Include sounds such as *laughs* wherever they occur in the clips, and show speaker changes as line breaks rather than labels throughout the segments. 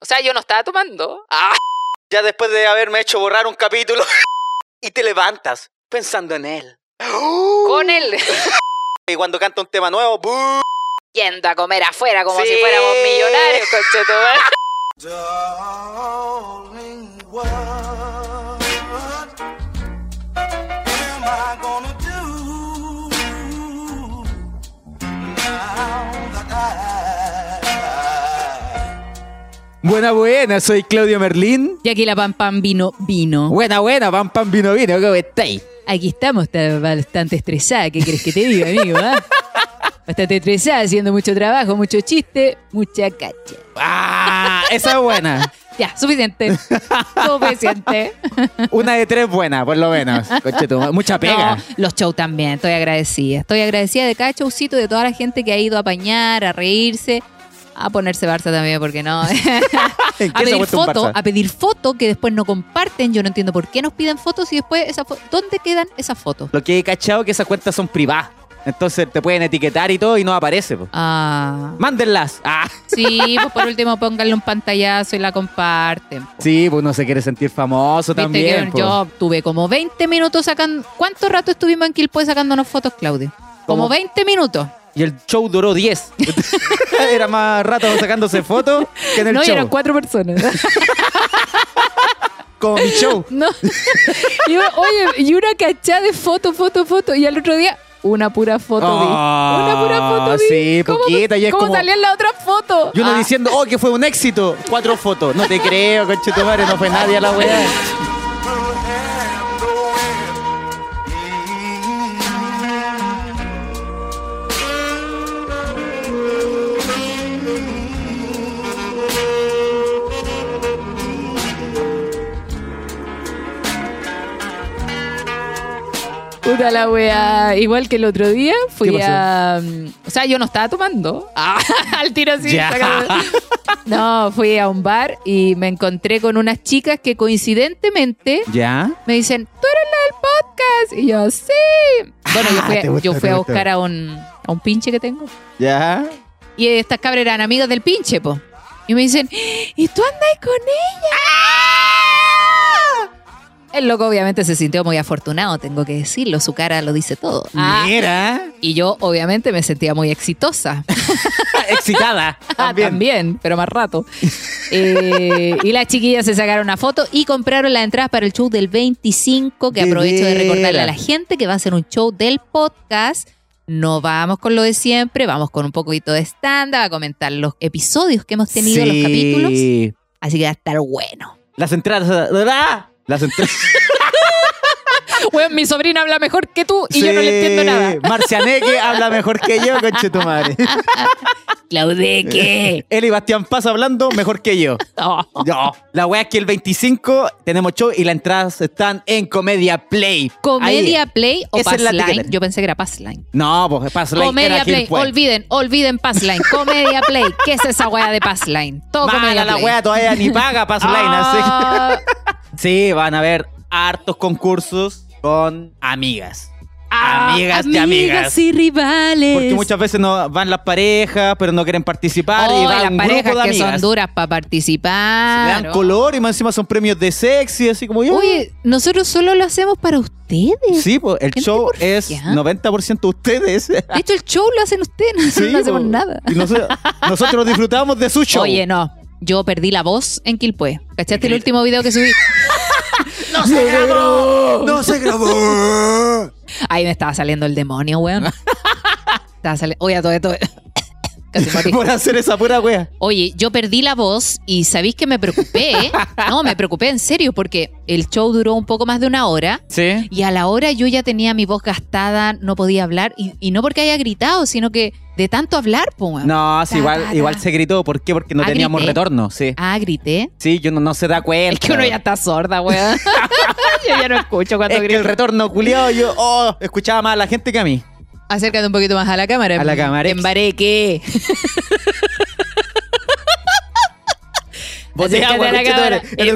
O sea, yo no estaba tomando. Ah,
Ya después de haberme hecho borrar un capítulo *laughs* y te levantas pensando en él.
Uh.
con él. *laughs*
Y cuando canta un tema nuevo, ¡bu!
Yendo a comer afuera como
Sí.
si fuéramos millonarios, conchetumare.
Darling, what am I gonna do now that I
Buena, buena, soy Claudio Merlín.
Y aquí la pan pan vino vino.
Buena, buena, pam, pam, vino, vino, ¿cómo estáis?
Aquí estamos, está bastante estresada, ¿qué crees que te diga, amigo? ah? Bastante estresada, haciendo mucho trabajo, mucho chiste, mucha cacha.
¡Ah! Esa es buena.
Ya, suficiente. Suficiente.
Una de tres buena, por lo menos. Conche tu madre. Mucha pega.
No, los shows también, estoy agradecida. Estoy agradecida de cada showcito, de toda la gente que ha ido a apañar, a reírse, a ponerse Barça también, porque no.
*laughs*
*laughs*
¿En
a
qué se
pedir
ha puesto un
foto,
Barça?
a pedir foto que después no comparten. Yo no entiendo por qué nos piden fotos y después esa fo- ¿dónde quedan esas fotos?
Lo que he cachado es que esas cuentas son privadas. Entonces te pueden etiquetar y todo y no aparece. po.
Ah.
Mándenlas. Ah.
Sí, *laughs* pues por último pónganle un pantallazo y la comparten. po.
Sí, pues uno se quiere sentir famoso
Viste
también.
que
po.
yo tuve como 20 minutos sacando. ¿Cuánto rato estuvimos en Quilpue sacándonos fotos, Claudio? Como
Como-
20 minutos.
Y el show duró *laughs* 10. Era más rato sacándose fotos que en el
no, y
show.
eran cuatro personas. *laughs*
Como mi *laughs* show.
No. Y yo, oye, y una cachada de foto, foto, foto. Y al otro día, una pura foto. vi.
Ah,
Una pura foto. vi.
sí,
¿Cómo-
poquita, y es
¿Cómo
como-
salían las otras fotos?
Y uno
Ah,
diciendo, oh, que fue un éxito. Cuatro fotos. No te creo, conchetumare, no fue nadie a la weá.
will have no end.
Puta la wea. Igual que el otro día
¿Qué
fui
pasó?
a. um, O sea, yo no estaba tomando. *laughs* Ah, al tiro así.
Ya.
sacando. No, fui a un bar y me encontré con unas chicas que coincidentemente
¿Ya?
me dicen, tú eres la del podcast. Y yo, sí. Bueno, yo fui,
Ah, te gustó,
yo fui
te
a
gustó.
buscar a un, a un pinche que tengo.
¿Ya?
Y estas cabras eran amigas del pinche, po. Y me dicen, ¿y tú andas con ella? El loco obviamente se sintió muy afortunado, tengo que decirlo. Su cara lo dice todo. Ah, *laughs*
Mira.
y yo obviamente me sentía muy exitosa.
Excitada.
Ah,
También.
también, pero más
*laughs*
rato. Eh, y las chiquillas se sacaron una foto y compraron las entradas para el show del 25, que
De
aprovecho de recordarle a la
veras.
gente que va a ser un show del podcast. No vamos con lo de siempre, vamos con un poquito de estándar, a comentar los episodios que hemos tenido, los capítulos. Así que va a estar bueno.
Las entradas. ¿verdad? Las entradas.
Bueno, mi sobrina habla mejor que tú *laughs* y yo no le entiendo nada.
*laughs* Marcianeque habla mejor que
*laughs*
yo, conchetumare. *laughs*
Claudeque.
Él y Bastián Paz hablando mejor que yo.
Oh.
No. La wea es que el 25 tenemos show y las entradas están en Comedia Play.
¿Comedia
Ahí.
Play o
Esa es la
Passline?
etiqueta.
Yo pensé que era Passline.
No, pues Paz Play
Comedia
era
Play,
Gil Puer.
olviden, olviden Passline. Comedia
*laughs*
Play, ¿qué es esa weá de Passline? Todo
Mala
Comedia
la
Play.
wea todavía ni paga Paz Line, así
*laughs* Ah,
que- Sí, van a haber hartos concursos con amigas.
ah,
amigas de amigas.
y rivales.
Porque muchas veces no van las parejas, pero no quieren participar
Oh,
y
y
van
las
un
parejas
grupo de
que son
amigas.
duras para
Le
participar.
dan color y más encima son premios de sexy, así como yo.
Oye, nosotros solo lo hacemos para ustedes.
Sí, pues el
Gente
show
porfía.
es 90%
*laughs*
ustedes.
De hecho, el show lo hacen ustedes, nosotros
Sí,
no hacemos
pues.
nada.
Y nosotros, nosotros disfrutamos de su show.
Oye, no. Yo perdí la voz en Quilpue. ¿Cachaste el último video que subí?
¡No se grabó! ¡No se
*laughs*
grabó!
Ahí me estaba saliendo el demonio,
*laughs*
weón. estaba saliendo. Oye, a todo esto. *coughs* Casi morí.
Por hacer esa pura wea.
Oye, yo perdí la voz y sabéis que me preocupé. ¿eh? No, me preocupé en serio porque el show duró un poco más de una hora
Sí.
y a la hora yo ya tenía mi voz gastada, no podía hablar y, y no porque haya gritado, sino que de tanto hablar, pues.
No, sí,
Ta,
igual,
ta,
igual
ta.
se gritó. ¿Por qué? Porque no
Ah,
teníamos
grité.
retorno. Sí.
Ah, grité.
Sí, yo no, no se da cuenta.
Es que uno ya está sorda, *laughs* weón. yo ya no escucho cuando
Es que
grito.
el retorno culiado, yo oh, escuchaba más a la gente que a mí.
Acércate un poquito más a la cámara.
A la cámara.
Embaré que.
Boté
Acércate
agua,
a la cámara.
conchetumare, en el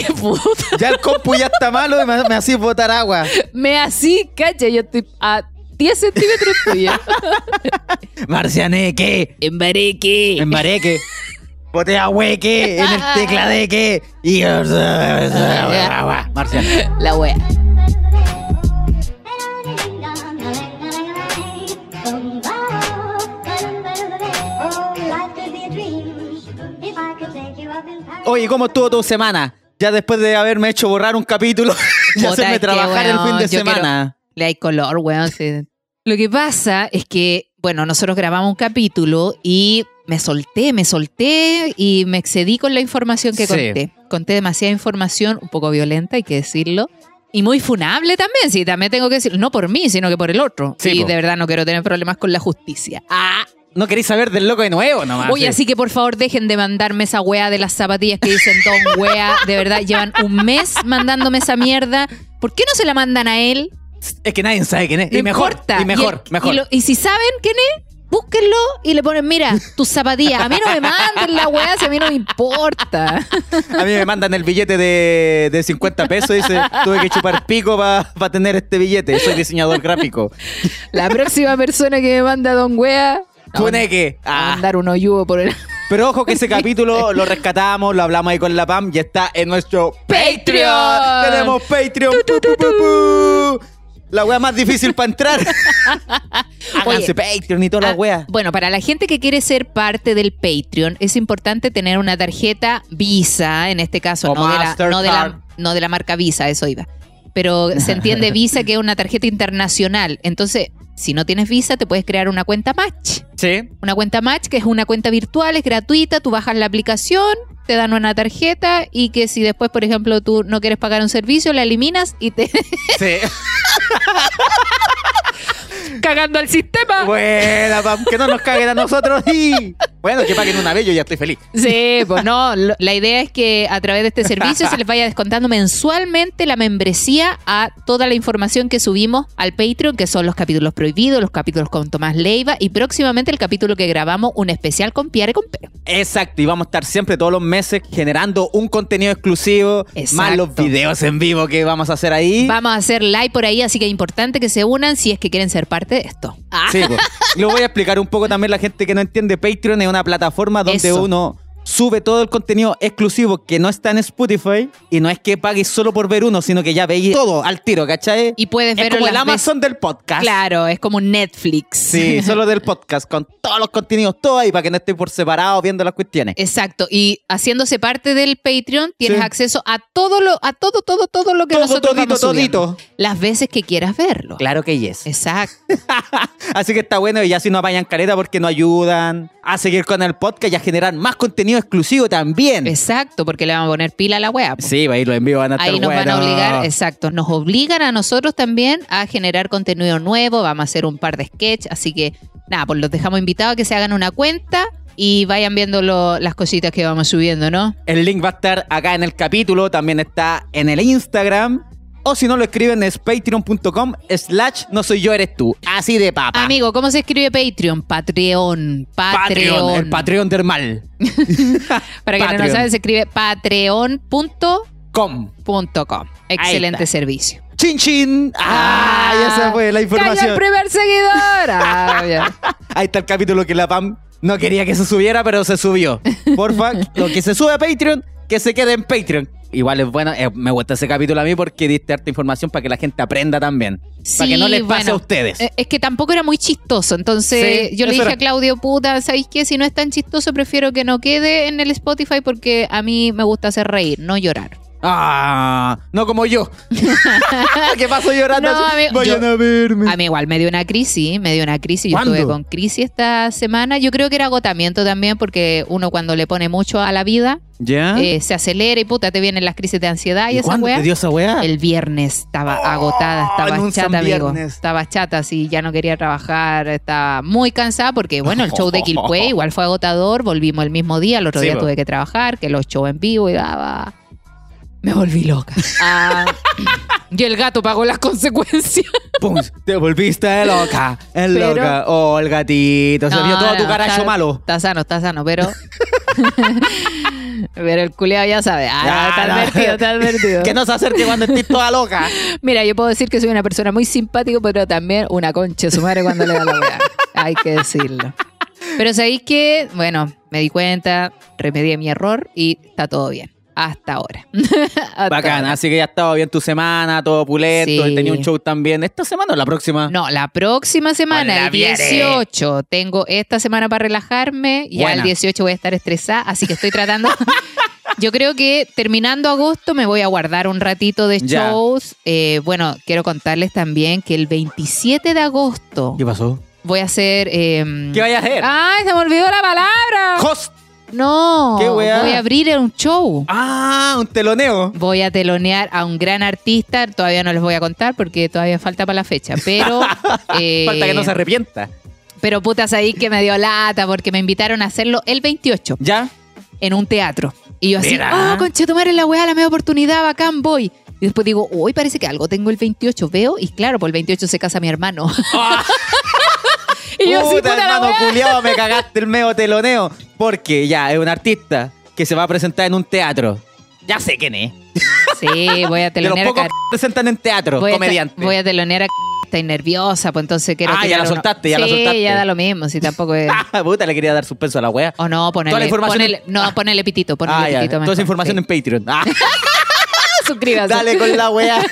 Embaré,
compu.
*laughs* puta.
Ya el compu ya está malo y me, me hacís botar agua.
Me así, cacha, yo estoy a 10 centímetros *laughs* tuya.
Marcianeque,
Embareque.
embareque. botea hueque en el tecla de que. Y. eh, Marciano.
La wea.
Oye, ¿cómo estuvo tu semana? Ya después de haberme hecho borrar un capítulo y
Puta,
hacerme
es que,
trabajar el fin
weón,
de
yo
semana.
Le hay color, weón. sí. Lo que pasa es que, bueno, nosotros grabamos un capítulo y me solté, me solté y me excedí con la información que
Sí.
conté. Conté demasiada información, un poco violenta, hay que decirlo. Y muy funable también, sí, también tengo que decir, no por mí, sino que por el otro.
Sí,
y
po.
de verdad no quiero tener problemas con la justicia. Ah,
No queréis saber del loco de nuevo nomás.
Oye,
Ah, sí.
así que por favor dejen de mandarme esa wea de las zapatillas que dicen Don Wea. De verdad, llevan un mes mandándome esa mierda. ¿Por qué no se la mandan a él?
Es que nadie sabe quién es.
No
y mejor,
importa.
y mejor,
el-
mejor.
Y, lo- y si saben quién es, búsquenlo y le ponen, mira, tus zapatillas. A mí no me manden la wea, si a mí no me *laughs* importa.
A mí me mandan el billete de, de 50 pesos y dice, tuve que chupar pico para tener este billete. Soy diseñador gráfico.
Ah, La próxima persona que me manda Don Wea. la van-
Tuneque.
la van a
Ah.
mandar un hoyugo por el
Pero ojo que ese capítulo lo rescatamos, lo hablamos ahí con la PAM y está en nuestro Patreon.
Patreon.
Tenemos Patreon. Pu, pu, pu, pu, pu. La wea más difícil para entrar. Háganse
*laughs* Oye.
Patreon y toda la
Ah,
wea.
*laughs* Bueno, para la gente que quiere ser parte del Patreon, es importante tener una tarjeta Visa, en este caso,
O
no de, la, no, de
Mastercard.
la, no de la marca Visa, eso iba. *laughs* Pero se entiende Visa que es una tarjeta internacional. Entonces, si no tienes Visa, te puedes crear una cuenta Match.
Sí.
Una cuenta Match, que es una cuenta virtual, es gratuita, tú bajas la aplicación, te dan una tarjeta y que si después, por ejemplo, tú no quieres pagar un servicio, la eliminas y te... *laughs*
Sí.
cagando al sistema.
Buena, PAM, que no nos caguen a nosotros. Y... Bueno, que paguen una vez, yo ya estoy feliz.
Sí, pues no, lo- la idea es que a través de este servicio se les vaya descontando mensualmente la membresía a toda la información que subimos al Patreon, que son los capítulos prohibidos, los capítulos con Tomás Leiva y próximamente el capítulo que grabamos, un especial con Piare con Pero.
Exacto, y vamos a estar siempre todos los meses generando un contenido exclusivo, más
Exacto.
los videos en vivo que vamos a hacer ahí.
Vamos a hacer live por ahí, así que es importante que se unan si es que quieren ser parte de esto. Ah,
*laughs* Sí, po. Lo voy a explicar un poco también a la gente que no entiende. Patreon es una plataforma donde
Eso.
uno sube todo el contenido exclusivo que no está en Spotify y no es que pagues solo por ver uno, sino que ya veis todo al tiro, ¿cachai?
y puedes
es
verlo
como el
las veces-
Amazon del podcast.
Claro, es como un Netflix. *laughs*
Sí, solo del podcast, con todos los contenidos, todo ahí, para que no estés por separado viendo las cuestiones.
Exacto, y haciéndose parte del Patreon tienes
Sí.
acceso a todo lo a todo todo todo lo que
Todo,
nosotros
todito,
vamos subiendo.
todito.
Las veces que quieras verlo.
Claro que yes.
Exacto.
Así que está bueno y ya si no apañan careta porque nos ayudan a seguir con el podcast y a generar más contenido exclusivo también.
Exacto, porque le van a poner pila a la wea. po.
Sí, va a ir los envíos van a estar
Ahí nos van a
buenos.
obligar, exacto, nos obligan a nosotros también a generar contenido nuevo, vamos a hacer un par de sketch, así que nada, pues los dejamos invitados a que se hagan una cuenta y vayan viendo lo- las cositas que vamos subiendo, ¿no?
El link va a estar acá en el capítulo, también está en el Instagram. O si no lo escriben es patreon.com slash no soy yo, eres tú. Así de papa.
Amigo, ¿cómo se escribe Patreon? Patreon, Patreon.
Patreon, el Patreon del mal.
Para quienes no
Patreon.
saben, se escribe patreon.com.
Com.
Excelente
está.
servicio.
Chin chin. Ah, ya se fue la
¡Cayó
información.
el primer seguidor! Ah,
*laughs*
ya.
Ahí está el capítulo que la PAM no quería que se subiera, pero se subió.
*laughs*
Porfa, lo que se sube a Patreon, que se quede en Patreon. Igual es bueno, eh, me gusta ese capítulo a mí porque diste harta información para que la gente aprenda también. para que no
Sí,
les pase a
bueno,
ustedes.
eh, Es que tampoco era muy chistoso, entonces
Sí,
yo le dije
eso era.
a Claudio, puta, ¿sabéis qué? Si no es tan chistoso, prefiero que no quede en el Spotify porque a mí me gusta hacer reír, no llorar.
Ah, no
*laughs*
como yo. *laughs* ¿Qué paso llorando?
No,
así?
amigo,
Vayan
yo-
a verme.
A mí igual me dio una crisis, me dio una crisis, yo
Mm. ¿Cuándo?
estuve con crisis esta semana, yo creo que era agotamiento también porque uno cuando le pone mucho a la vida,
¿Ya?
eh, se acelera y puta, te vienen las crisis de ansiedad y,
¿Ah? ¿Y
esa
cuándo
weá.
te dio esa weá?
El viernes estaba agotada,
en
estaba
un San
chata, amigo.
Viernes.
Estaba chata, sí, ya no quería trabajar, estaba muy cansada porque, bueno, el show
*laughs*
de Quilpue igual fue agotador, volvimos el mismo día, el otro
Sí,
día
po.
tuve que trabajar, que los shows en vivo y daba... Me volví loca. Ah, *laughs* y el gato pagó las consecuencias.
Pum, te volviste loca. Es
Pero-
loca. Oh, el gatito. Se
No,
vio todo
no,
tu caracho
está-
malo.
Está sano, está sano,
*laughs*
pero... pero el culeado ya sabe. Ah,
Ah,
está
no.
advertido, está advertido.
*laughs* Que no se acerque cuando estés toda loca.
Mira, yo puedo decir que soy una persona muy simpática, pero también una concha de su madre cuando le da la weá. Hay que decirlo. Pero sabéis que, bueno, me di cuenta, remedié mi error y está todo bien. Hasta ahora. *laughs* Hasta
Bacán,
ahora.
así que ya estaba bien tu semana, todo opulento,
Sí.
y tenía un show también. ¿Esta semana o la próxima?
No, la próxima semana,
Hola,
el
Viare.
18, tengo esta semana para relajarme. Ya
Buena.
el 18 voy a estar estresada, así que estoy tratando. *laughs* Yo creo que terminando agosto me voy a guardar un ratito de
Ya.
shows. Eh, bueno, quiero contarles también que el 27 de agosto
¿Qué pasó?
voy a hacer. em,
¿Qué vaya a hacer?
¡Ay, se me olvidó la palabra!
Host.
No,
¿Qué
voy
weá?
a abrir un show.
Ah, un teloneo.
Voy a telonear a un gran artista. Todavía no les voy a contar porque todavía falta para la fecha. Pero. eh,
*laughs* Falta que no se arrepienta.
Pero putas ahí que me dio lata porque me invitaron a hacerlo el 28
¿Ya?
en un teatro. Y yo así,
Mira.
oh, conchetumar en la weá, la media oportunidad, bacán, voy. Y después digo, hoy parece que algo tengo el 28, veo. Y claro, por el 28 se casa mi hermano. *laughs* y yo así,
Ah. Puta,
puta la
hermano
weá. *laughs*
culiao, me cagaste el medio teloneo. Porque ya, es un artista que se va a presentar en un teatro. Ya sé quién es.
Sí, voy a
De los
telonear a
pocos
Car-
que presentan en teatro,
voy a te-
comediante. *laughs*
voy a telonear a Car- Estoy nerviosa, pues entonces quiero.
Ah, ya
tirar
la
uno-
soltaste, ya la
Sí,
soltaste.
ya da lo mismo, si tampoco
*laughs*
es.
Ah, puta, le quería dar suspenso a la wea.
o no, ponerle.
Toda la información
ponele-
en-
no,
Ah.
ponele pitito, ponele
Ah, ya.
pitito.
Toda
mejor,
esa información
sí.
en
*laughs*
Patreon. Ah,
Suscríbase.
dale con la wea.
*laughs*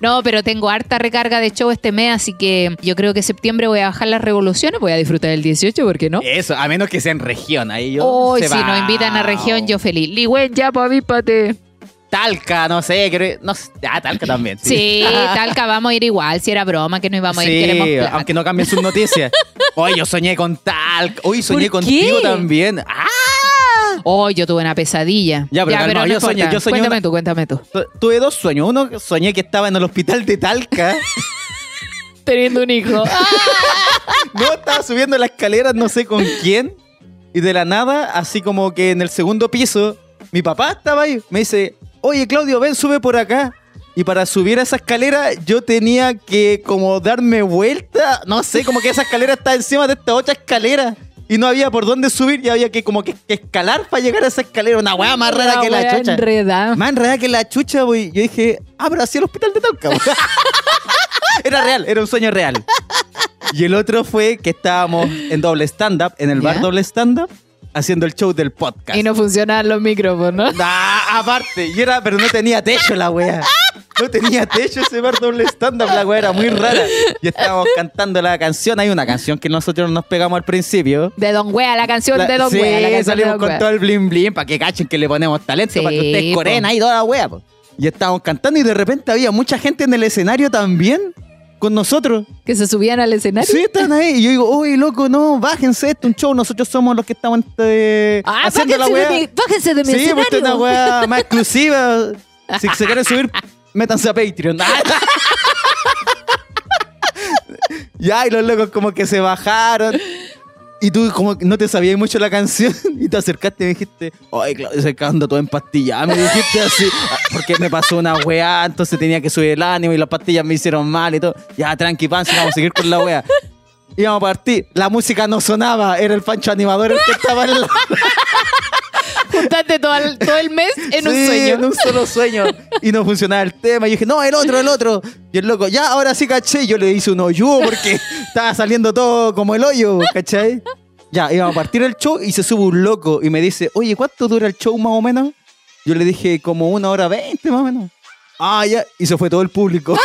No, pero tengo harta recarga de show este mes, así que yo creo que septiembre voy a bajar las revoluciones, voy a disfrutar el 18, ¿por qué no?
Eso, a menos que sea en región. Ahí Eh, yo.
Hoy
se
si
va.
nos invitan a región, yo feliz. Ligüen, ya, pues, pavípate.
Talca, no sé, creo. No, sé. ah, Talca también. *laughs*
Sí, Talca, vamos a ir igual, si era broma que no íbamos a ir, queremos
Sí,
plata.
aunque no cambien
*laughs*
sus noticias. Hoy yo soñé con Talca. Hoy soñé
qué?
contigo también. Ah,
Hoy Oh, yo tuve una pesadilla.
Ya, pero calma, yo
importa.
soñé- yo soñé
Cuéntame
una-
tú, cuéntame tú.
tu- tuve dos sueños. Uno, soñé que estaba en el hospital de Talca.
Teniendo un hijo.
No, estaba subiendo la escalera no sé con quién. Y de la nada, así como que en el segundo piso, mi papá estaba ahí. Me dice, oye Claudio, ven, sube por acá. Y para subir a esa escalera yo tenía que como darme vuelta. No sé, como que esa escalera está encima de esta otra escalera. Y no había por dónde subir y había que como que, que escalar para llegar a esa escalera. Una weá *laughs* más rara que la
wea
chucha.
enredada.
Más enredada que la chucha, güey. Yo dije, ah, pero así el hospital de Talca, güey. *laughs* Era real, era un sueño real. Y el otro fue que estábamos en doble stand-up, en el bar
¿Ya?
doble stand-up, haciendo el show del podcast.
Y no funcionan los micrófonos.
Ah, aparte, y era, pero no tenía techo la wea. No tenía techo ese bar doble stand-up, la wea era muy rara. Y estábamos cantando la canción. Hay una canción que nosotros nos pegamos al principio.
De Don Wea, la canción
La-
de Don
sí,
Wea. la canción de
salimos
Don
con
Wea.
todo el blin blin para que cachen que le ponemos talento,
Sí,
para que ustedes
po.
coreen ahí toda la wea. po. Y estábamos cantando y de repente había mucha gente en el escenario también con nosotros.
Que se subían al escenario.
Sí, están ahí. Y yo digo, uy, loco, no, bájense, esto es un show, nosotros somos los que estamos eh,
Ah,
haciendo la
bájense
wea.
de mi- bájense de mi
sí, pues esta es una
escenario.
wea más exclusiva. Si se quieren subir, métanse a Patreon. *laughs* ya, y los locos como que se bajaron. Y tú como que no te sabías mucho la canción *laughs* y te acercaste y me dijiste, ay, Claudio, se está dando todo en pastillas. Me dijiste así, "Ah, porque me pasó una weá, entonces tenía que subir el ánimo y las pastillas me hicieron mal y todo. Ya, tranqui, pan, vamos a seguir con la weá. Íbamos a partir, la música no sonaba, era el pancho animador el que estaba en la,
juntaste todo el, todo el mes en un
Sí,
sueño.
En un solo sueño. Y no funcionaba el tema. Y yo dije, no, el otro, el otro. Y el loco, ya, ahora sí caché. Yo le hice un hoyo porque *laughs* estaba saliendo todo como el hoyo, ¿cachai? Ya, íbamos a partir el show y se sube un loco y me dice, oye, ¿cuánto dura el show más o menos? Yo le dije, como una hora veinte más o menos. Ah, ya. Y se fue todo
*laughs*
el público.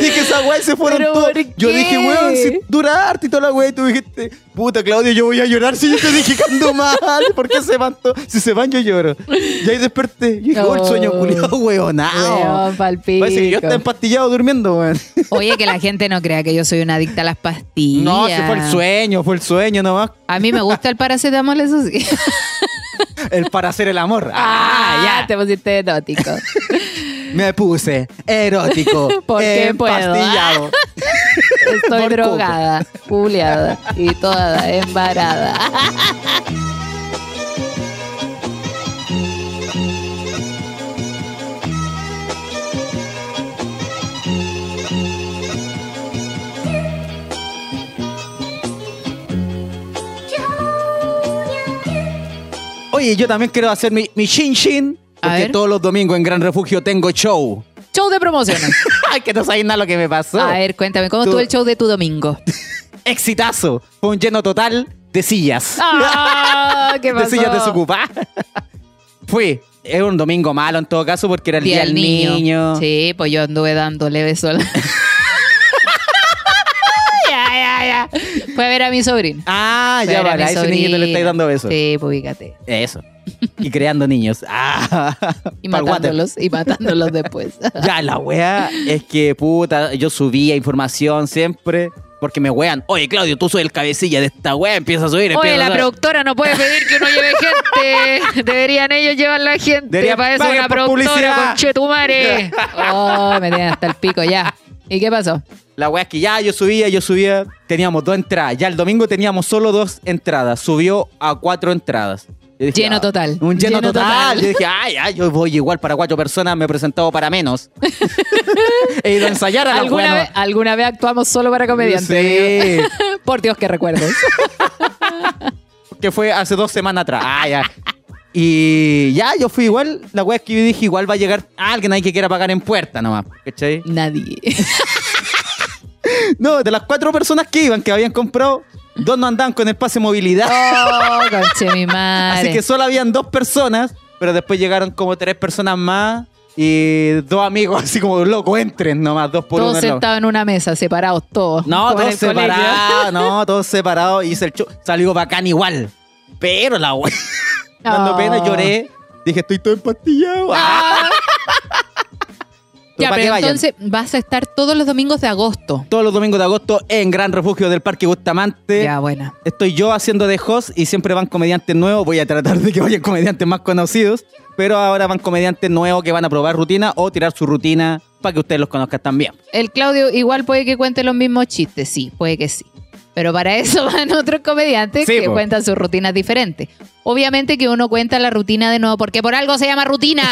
Dije, esa weá se fueron
¿Pero
todos.
por
Yo dije,
qué?
weón, si dura arte y toda la weá. Y tú dijiste, puta, Claudio, yo voy a llorar si yo te dije que
*laughs*
ando mal. ¿Por qué se van todos? Si se van, yo lloro. Y ahí desperté. Yo dije, oh, el sueño
Oh.
culiado, weonao.
Weón, palpico.
Parece que Pues yo estaba empastillado durmiendo,
*laughs*
weón.
Oye, que la gente no crea que yo soy una adicta a las pastillas.
No, se fue el sueño, fue el sueño nomás.
A mí me gusta el paracetamol, eso
*laughs*
sí.
El para hacer el amor.
Ah.
Ah,
ya. Te pusiste
*laughs*
erótico.
Me puse erótico.
*laughs* Porque puedo. *laughs*
empastillado. Por
Estoy
coco.
drogada, juliada y toda embarada.
Oye, yo también quiero hacer mi, mi shin shin.
A
Porque
ver.
todos los domingos en Gran Refugio tengo show. *laughs*
Show de promociones.
¡Ah! Que no sabéis nada lo que me pasó.
A ver, cuéntame, ¿cómo
Tú-
estuvo el show de tu
*laughs*
domingo?
Exitazo. Fue un lleno total de sillas.
¡Ah! ¿Qué
de
pasó?
sillas desocupadas. *laughs* Fui. Era un domingo malo en todo caso porque era el día, del niño.
Sí, pues yo anduve dándole besos. ya, *laughs* ya, ya. Fue a ver a mi sobrino.
Ah,
Fue
ya
a ver
vale. A ese
mi
niño le estáis
sobrino.
dando besos.
Sí, pues ubícate.
Eso. Y creando niños. Ah.
Y
Pa'l water.
matándolos, y matándolos
*laughs*
después.
Ya, la wea es que, puta, yo subía información siempre porque me wean. Oye, Claudio, tú soy el cabecilla de esta wea. Empieza a subir,
Oye,
empieza a
la
subir.
productora no puede pedir que uno lleve gente. Deberían ellos llevar la gente.
Deberían
Para eso
pagar
una
por
productora,
publicidad. *laughs*
conchetumare. Oh, me tienen hasta el pico ya. ¿Y qué pasó?
La wea es que ya yo subía, yo subía. Teníamos dos entradas. Ya el domingo teníamos solo dos entradas. Subió a cuatro entradas. Yo dije,
Lleno
ah,
total.
Un lleno,
Lleno
total.
total.
Yo dije, ay, ay, yo voy igual para cuatro personas, me he presentado para menos. *laughs* He ido a ensayar a la
¿Alguna,
wea,
vez, alguna vez actuamos solo para
no-
comediantes.
Sí.
amigo. *laughs* Por Dios, que recuerdos.
que fue hace dos semanas atrás. Ah, ya. Y ya, yo fui igual. La wea es que yo dije, igual va a llegar alguien ahí que quiera pagar en puerta nomás.
*laughs*
¿Cachai?
Nadie.
No, de las cuatro personas que iban, que habían comprado, dos no andaban con el pase de movilidad.
Oh, conche mi madre.
Así que solo habían dos personas, pero después llegaron como tres personas más y dos amigos, así como loco, entren nomás, dos por
todos
uno. loco.
sentados en una mesa, separados todos.
No,
como en
todos
el colegio.
separados, no, todos separados. Hice el show, salió bacán igual. Pero la wea. Dando
Oh.
pena, *laughs* lloré. Dije, estoy todo empastillado. *laughs* Ah.
Ya,
Para que
pero
vayan.
entonces vas a estar todos los domingos de agosto.
Todos los domingos de agosto en Gran Refugio del Parque Bustamante.
Ya, buena.
Estoy yo haciendo de host y siempre van comediantes nuevos. Voy a tratar de que vayan comediantes más conocidos. Pero ahora van comediantes nuevos que van a probar rutina o tirar su rutina para que ustedes los conozcan también.
El Claudio igual puede que cuente los mismos chistes, sí, puede que sí. Pero para eso *laughs* van otros comediantes
Sí,
que
po.
cuentan sus rutinas diferentes. Obviamente que uno cuenta la rutina de nuevo, porque por algo se llama rutina.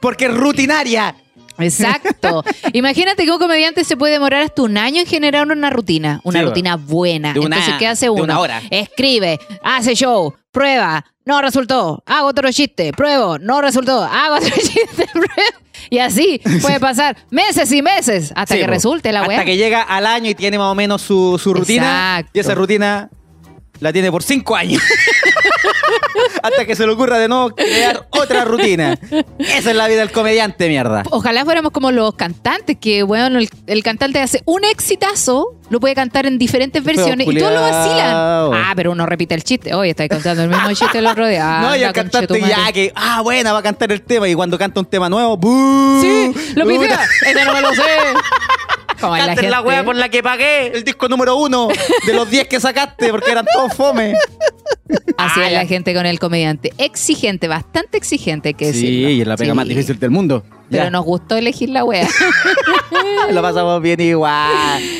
Porque es rutinaria. *laughs*
Exacto. Imagínate que un comediante se puede demorar hasta un año en generar una rutina, una
Sí,
rutina buena.
De una-
Entonces, ¿qué hace
de
uno?
una hora.
Escribe, hace show, prueba, no resultó, hago otro chiste, pruebo, no resultó, hago otro *laughs* chiste, pruebo. Y así
*laughs*
puede pasar meses y meses hasta
Sí,
que
po.
resulte la weá.
Hasta que llega al año y tiene más o menos su, su rutina.
Exacto.
Y esa rutina la tiene por cinco años. *laughs* hasta que se le ocurra de nuevo crear otra rutina. Esa es la vida del comediante, mierda.
Ojalá fuéramos como los cantantes, que bueno, el, el cantante hace un exitazo, lo puede cantar en diferentes versiones y todos lo vacilan.
culiao.
Ah, pero uno repite el chiste. Oye, estáis contando el mismo chiste el otro día.
*laughs* no, y el
Anda,
cantante
conchetumare.
ya que, ah, buena, va a cantar el tema. Y cuando canta un tema nuevo, ¡bú!
Sí, lo
¡Bú!
pifia. Ese no me
*laughs*
lo sé. Como la gente.
la que pagué.
El disco número uno de los 10 que sacaste porque eran
*laughs*
todos fome.
Así es la gente con el comediante. Exigente, bastante exigente, hay que decir.
pega del mundo.
Pero
Ya.
nos gustó elegir la wea.
Lo pasamos bien igual.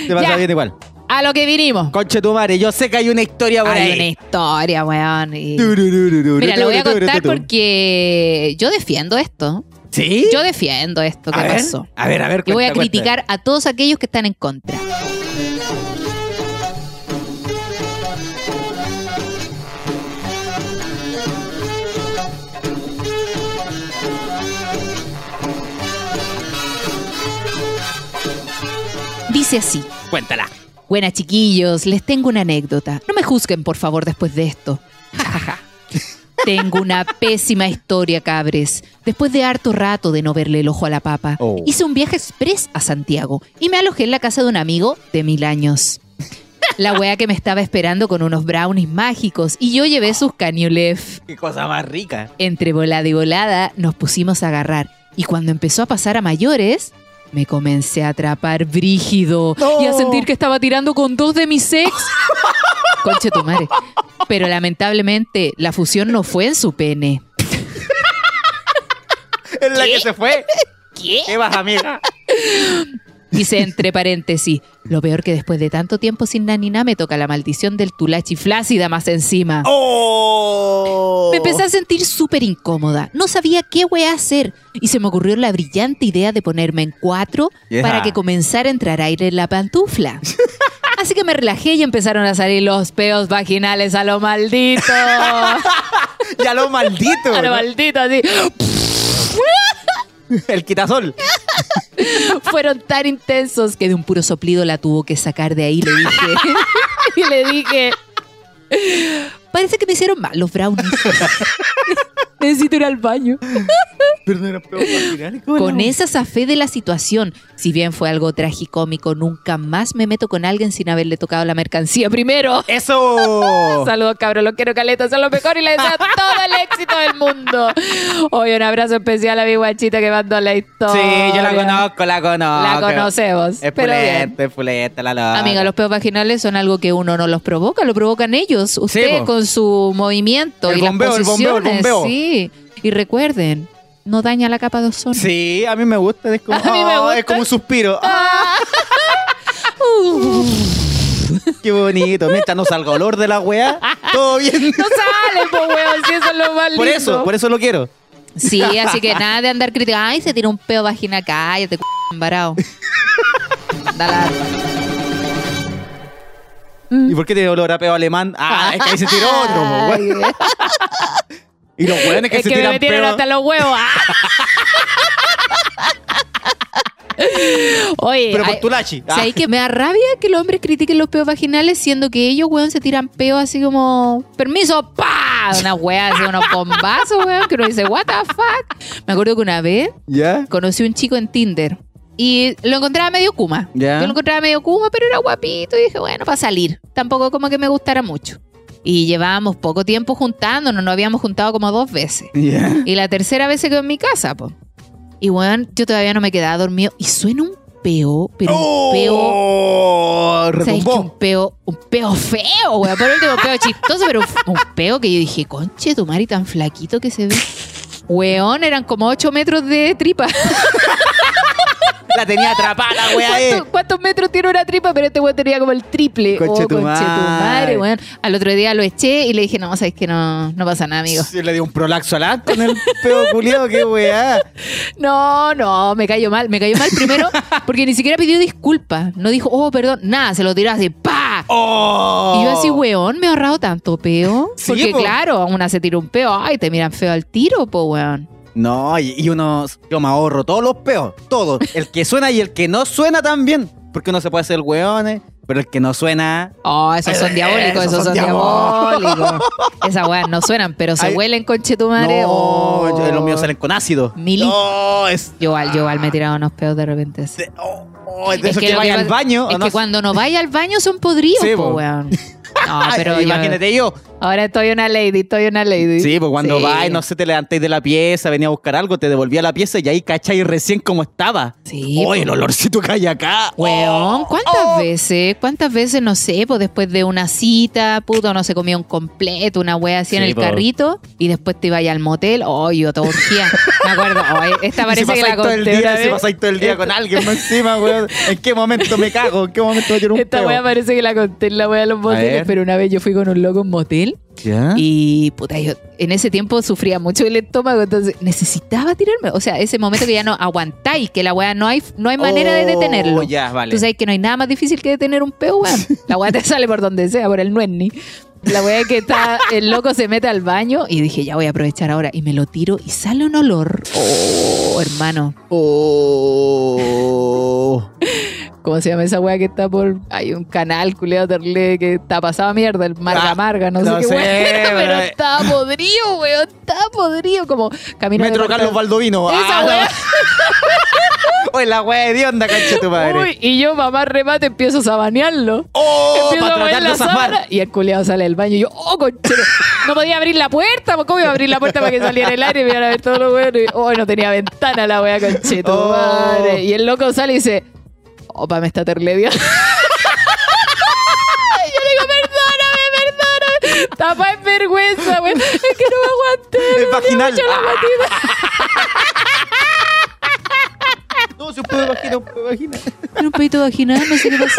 Te pasa
Ya.
bien igual.
*laughs* A lo que vinimos.
Conche tu madre, yo sé que hay una historia por
Hay
ahí.
una historia, weón. y-
Tururururu,
Mira, lo voy a
turururu,
contar
turururu.
porque yo defiendo esto.
¿Sí?
Yo defiendo esto que
a ver,
pasó.
A ver, a ver.
Y voy a
cuenta, cuenta.
criticar a todos aquellos que están en contra. Dice así.
Cuéntala.
Buena chiquillos, les tengo una anécdota. No me juzguen, por favor, después de esto. Ja, ja, ja. Tengo una pésima historia, cabres. Después de harto rato de no verle el ojo a la papa,
Oh.
hice un viaje express a Santiago y me alojé en la casa de un amigo de mil años. La wea que me estaba esperando con unos brownies mágicos y yo llevé sus cañulef.
Qué cosa más rica.
Entre volada y volada nos pusimos a agarrar. Y cuando empezó a pasar a mayores, me comencé a atrapar brígido
No.
y a sentir que estaba tirando con dos de mis ex. Conche tu madre. Pero lamentablemente la fusión no fue en su pene.
Es la que
*laughs*
se fue. ¿Qué? ¿Qué vas, amiga?
Dice entre paréntesis, lo peor que después de tanto tiempo sin nanina me toca la maldición del tulachi flácida más encima.
¡Oh!
Me empecé a sentir súper incómoda. No sabía qué voy a hacer. Y se me ocurrió la brillante idea de ponerme en cuatro
Yeah.
para que comenzara a entrar aire en la pantufla. Así que me relajé y empezaron a salir los peos vaginales a lo maldito. a
*laughs*
*laughs*
Ya lo maldito.
lo
¿no?
maldito, así.
El quitasol.
Fueron tan intensos que de un puro soplido la tuvo que sacar de ahí, le dije. *laughs* y le dije, parece que me hicieron mal los brownies. Necesito ir al baño.
Pero no era prueba vaginal, ¿cómo
Con
era?
esa zafé de la situación, si bien fue algo tragicómico, nunca más me meto con alguien sin haberle tocado la mercancía primero. *laughs*
¡Eso!
Saludos, cabros. Los quiero, Caleta. Son lo mejor y les deseo todo el éxito del mundo. Hoy un abrazo especial a mi guachita que mandó la
Sí,
historia.
yo la conozco, la
La
conozco.
conocemos.
Es
pero bien.
pulenta, es pulenta la loca.
Amiga, los peos vaginales son algo que uno no los provoca, lo provocan ellos. Usted
po.
con su movimiento
El
y
bombeo,
las
el bombeo, el
posiciones.
bombeo.
Sí. Y recuerden, no daña la capa de ozono.
Sí, a mí me gusta. Es
*laughs*
como,
A mí me
oh,
gusta.
Es como un suspiro.
Uh,
Qué bonito. Mientras no salga olor de la weá,
*laughs*
todo bien.
no sale, po, weón, si eso es lo más
Por
lindo.
eso, por eso lo quiero.
Sí, así que nada de andar criticando. Ay, se tira un peo vagina, cállate, c embarado. Dale. Mm.
¿Y por qué tiene olor a peo alemán?
*laughs*
Ah, es que ahí se tiró otro, po, weón. *laughs* Y los weones que
eh. es
se
que me
tiran
metieron
peo-
hasta los huevos. Ah. Oye,
Pero por
ay,
tu lachi. Ah.
¿sabes que me da rabia que los hombres critiquen los peos vaginales siendo que ellos, weón, se tiran peos así como... ¡Permiso! ¡Pa! Una wea, así unos bombazos, weón, que uno dice, what the fuck? Me acuerdo que una vez
¿Ya?
conocí un chico en Tinder y lo encontraba medio kuma.
Ya.
Yo lo encontraba medio kuma, pero era guapito y dije, bueno, para salir. Tampoco como que me gustara mucho. Y llevábamos poco tiempo juntándonos, nos habíamos juntado como dos veces.
¿Ya?
Y la tercera vez se quedó en mi casa, po. Y bueno, yo todavía no me quedaba dormido y suena un peo, pero un peo
¡Oh!
¿Sabes que un
Retumbó.
peo, un peo feo, güey. Por último, un peo chistoso, pero un, un peo que yo dije, conche, tu mari tan flaquito que se ve. Weón, eran como 8 metros de tripa.
La tenía atrapada la weá ahí.
¿Cuánto- ¿Cuántos metros tiene una tripa? Pero este weón tenía como el triple. Oh,
Conche tu madre.
madre, weón. Al otro día lo eché y le dije, no, sabes que no, no pasa nada, amigo.
Se le dio un prolaxo al acto con el peo culiado, qué weá.
No, no, me cayó mal. Me cayó mal
*laughs*
primero porque ni siquiera pidió disculpas. No dijo, oh, perdón, nada, se lo tiró así, ¡pa!
¡Oh!
Y yo así, weón, me he ahorrado tanto peo.
Sí,
Porque
po.
claro, una se tira un peo, ay, te miran feo al tiro, po, weón.
No, y, y uno, yo me ahorro todos los peos, todos. El que suena y el que no suena también. Porque uno se puede hacer weones, pero el que no suena.
Oh, esos
Eh,
son diabólicos, esos, son diabólicos. Esas weas no suenan, pero se
Ay.
huelen, conche tu madre.
no,
Oh.
yo- los míos salen con ácido.
Mili.
No, es.
Yo al, yo al me he tirado unos peos de repente. así.
de- oh, oh, es Ah. de esos que,
lo
vaya al
pasa-
baño.
Es
o no
que
sé.
cuando no vaya al baño son podridos,
Sí,
po,
po. *laughs*
weón. No,
Ay,
pero yo-
imagínate yo.
ahora estoy una lady, estoy una lady.
Sí, pues cuando
Sí.
va y no sé, te levantáis de la pieza, venía a buscar algo, te devolvía la pieza y ahí cacháis recién como estaba.
Sí, pues.
¡Oh, el olorcito que hay acá! oh,
Weón, ¿cuántas veces? ¿Cuántas veces, no sé, pues después de una cita, puto, no se comía un completo, una wea así en
Sí,
el
po.
carrito, y después te iba al motel, oh, yo todo orgía. Me acuerdo, oh, esta
*laughs* Y si
parece que la
pasáis todo el
conté una
día, si
vez.
pasáis todo el día con alguien más encima, weón. ¿En qué momento me cago? ¿En qué momento me quiero un
Esta
peo?
wea parece que la conté en la wea de los moteles,
ver.
pero una vez yo fui con un loco en motel
¿Ya?
y puta, yo en ese tiempo sufría mucho el estómago, entonces necesitaba tirarme. O sea, ese momento que ya no aguantáis, que la wea no hay, no hay manera de
Oh,
detenerlo.
Ya, vale.
Tú sabes que no hay nada más difícil que detener un peo,
*laughs*
weón. La weá te sale por donde sea, por el nuenni. La weá que está, el loco se mete al baño y dije, ya voy a aprovechar ahora. Y me lo tiro y sale un olor. Oh, hermano. *laughs*
Oh.
¿Cómo se llama esa weá que está por. Hay un canal, culeado terle, que está pasado a mierda, el marga
Ah,
marga, no,
no
sé
sé,
qué weá. *laughs*
pero- eh.
Pero está podrido, weón. Está podrido. Como camino de
Metro Carlos
departamento.
Baldovino.
Esa
Ah,
weá.
no. Oye, la wea de onda, cancha tu madre.
Uy, y yo, mamá, remate, empiezo a sabanearlo.
¡Oh!
Empiezo
Para
a mover
tratar de
la sábana
zafar.
y el culiado sale del baño. Y yo, oh, conchero. No podía abrir la puerta. pues, ¿Cómo iba a abrir la puerta para que saliera el aire y me iban a ver todos los weones? Oh, no tenía ventana la wea, conchito.
Oh.
Madre. Y el loco sale y dice, opa, me está terlevia. *laughs* y yo le digo, perdóname, perdóname. Tapa en vergüenza, weón. Es que no me aguanté.
Es vaginal.
Yo la guatita.
No, si un pedo de vagina, un pedo de vagina.
Era un pedito vaginal, no sé qué pasó.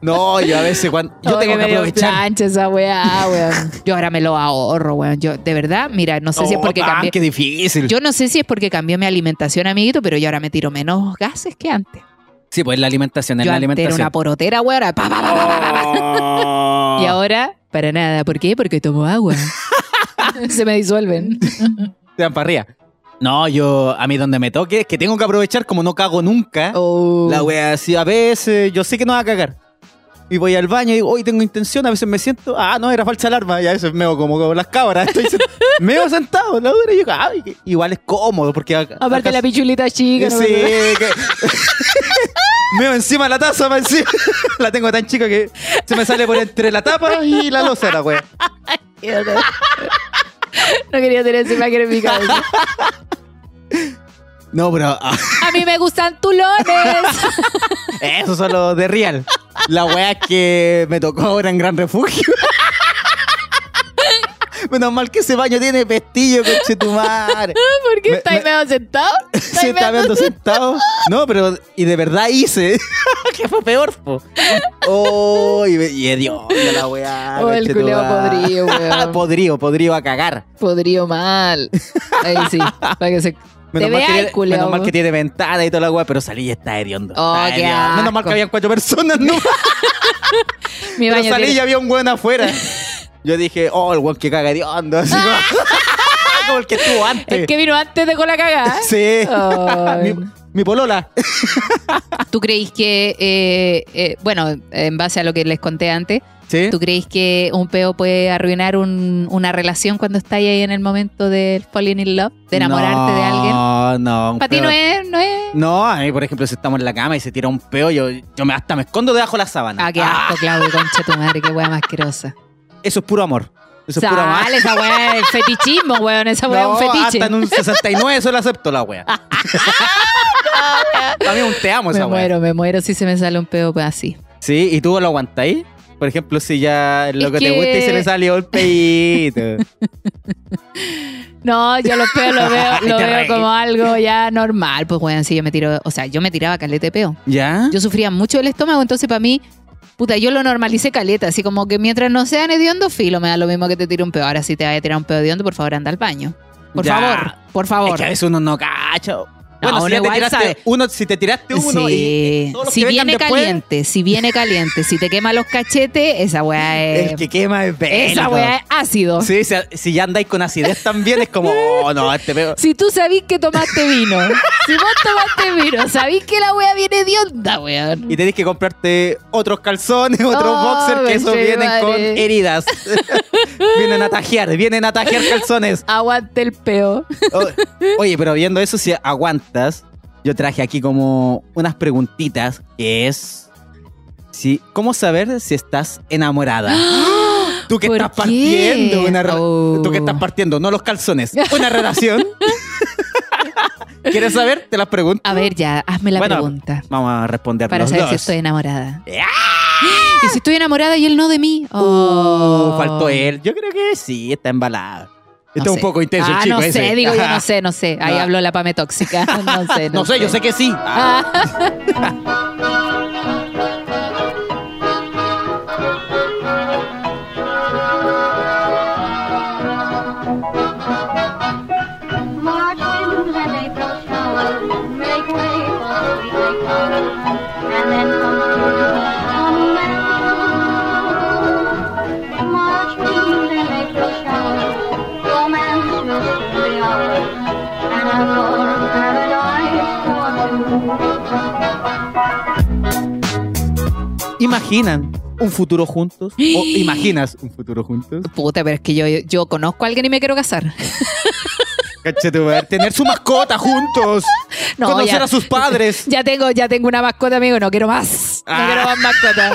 No, yo a veces cuando. Yo
Oh,
tengo que
me dio
aprovechar.
plancha esa weá, weón. Yo ahora me lo ahorro, weón. Yo, de verdad, mira, no sé si es
Oh,
porque
man,
cambié.
Qué difícil.
Yo no sé si es porque cambié mi alimentación, amiguito, pero yo ahora me tiro menos gases que antes.
Sí, pues la alimentación, es
Yo
la
antes era
alimentación.
una porotera, weón. ahora pa, pa, pa, pa, pa, pa.
Oh.
Y ahora, para *laughs* nada. ¿Por qué? Porque tomo agua. Se me disuelven.
Te dan para arriba. No, yo, a mí donde me toque, es que tengo que aprovechar, como no cago nunca.
*laughs* Oh.
La wea así, a veces yo sé que no va a cagar. Y voy al baño y digo, hoy tengo intención, a veces me siento, ah, no, era falsa alarma. Y a veces meo como, como las cabras, estoy *laughs* sent- meo sentado, la dura. Y yo, ah, y- igual es cómodo, porque. acá-
Aparte
acá-
la pichulita chica. no
Sí,
me acuerdo.
*laughs* que- meo encima de la taza, más encima. *laughs* la tengo tan chica que se me sale por entre la tapa y la losa, la wea.
*laughs* No quería tener esa imagen en mi cabeza.
No, pero ah,
*laughs* A mí me gustan
*laughs*
tulones.
esos son los de Real. La wea que me tocó ahora en Gran Refugio. Menos mal que ese baño tiene pestillo, conchetumare.
¿Por qué
Me-
estáis
me-
medio sentado?
*laughs* Se está viendo sentado. No, pero. Y de verdad hice. *laughs* que fue peor, po. Oh, y, me- y hedionda la weá.
Oh, el culeo
conchetumare.
podrío,
*laughs*
weón.
podrío, podrío a cagar.
Podrido mal. Ahí sí. Para que se. te
mal, que
vea el
tiene,
culeo.
menos mal que tiene ventana y toda la weá, pero salí y está hediondo.
Oh,
Está
qué
hediondo. Menos mal
asco.
que había cuatro personas, no.
Mi
Pero
baño
salí
tiene-
y había un
*laughs*
weón afuera. Yo dije, oh, el weón que caga de hondo. Así como, *laughs* como el que estuvo antes.
El Ah. que vino antes dejó la cagada.
Sí.
Ay.
mi, mi polola.
¿Tú creéis que, eh, eh, bueno, en base a lo que les conté antes,
Sí.
¿tú creéis que un peo puede arruinar un- una relación cuando estáis ahí en el momento del falling in love, de enamorarte de alguien?
No, no.
Para ti no es, no es.
No, a mí, por ejemplo, si estamos en la cama y se tira un peo, yo, yo me hasta me escondo debajo de la sábana.
Ah, qué asco, Claudio, concha tu madre, qué wea más asquerosa.
Eso es puro amor. Eso es puro amor.
Sal, esa wea es el fetichismo, weón, esa wea es un fetiche.
hasta en un 69 solo acepto
*laughs*
la wea. También un te amo
me
esa wea.
muero, me muero si se me sale un peo pues, así.
Sí, ¿y tú lo aguantáis? Por ejemplo, si ya lo
Es
que, te
que-
gusta y se le salió el peito.
*laughs* No, yo los peos
*laughs*
los veo,
Ay,
lo
te
veo
reí.
como algo ya normal. Pues, weón, si yo me tiro, o sea, yo me tiraba calete de peo.
¿Ya?
yo sufría mucho del estómago, entonces para mí, puta, yo lo normalicé caleta, así como que mientras no sean hediondo, filo, me da lo mismo que te tire un peo. Ahora si te vaya a tirar un peo hediondo, por favor, anda al baño. Por
Ya.
favor, por
Es
favor.
que a veces uno no cacha. Bueno,
uno
si ya te
igual
tiraste
sabe.
uno, si te tiraste uno y-
Sí.
y todos los
Si
que vengan
viene
después,
caliente, si viene caliente, si te quema los cachetes, esa weá es.
el que quema es
esa
bélico.
weá es ácido.
Sí, si, si ya andáis con acidez también es como, oh, no, este peo.
Si tú sabís que tomaste vino, *laughs* si vos tomaste vino, sabís que la weá viene hedionda, weón.
Y tenés que comprarte otros calzones, *laughs* otros
Oh,
boxers, que esos
me
vienen
madre.
con heridas. *laughs* vienen a tajear, vienen a tajear calzones.
Aguante el peo.
O- Oye, pero viendo eso, si aguantas, yo traje aquí como unas preguntitas, que es... Si, ¿Cómo saber si estás
*gasps*
enamorada? Tú que
¿Por
estás
qué?
partiendo una re-
Oh.
Tú que estás partiendo, no los calzones, una relación.
*laughs*
¿Quieres saber? Te las pregunto.
A ver, ya, hazme la
Bueno,
pregunta.
Vamos a responder
Para
los
saber si
dos.
estoy enamorada.
¡Ah!
Y si estoy enamorada y él no de mí. Oh.
Uh, faltó él. Yo creo que sí, está embalada.
No
Está un
sé.
poco intenso
ah,
el chico
no sé,
ese.
digo yo
Ajá. *laughs*
no sé, no sé. Ahí
Ah.
habló la pame tóxica.
*laughs*
No sé, no,
No sé, yo sé que sí.
Ah,
Marches and April showers make way for sweet May flowers, and then comes romance. Marches and April showers, romance will soon be ours, and a warm paradise for two.
¿Imaginan un futuro juntos? ¿O
*gasps*
imaginas un futuro juntos?
puta, pero es que yo, yo conozco a alguien y me quiero casar. *laughs*
Cachetubert. Tener su mascota juntos.
No,
conocer
ya.
a sus padres.
Ya tengo, ya tengo una mascota, amigo, no quiero más. No
Ah.
quiero más
*laughs*
mascota.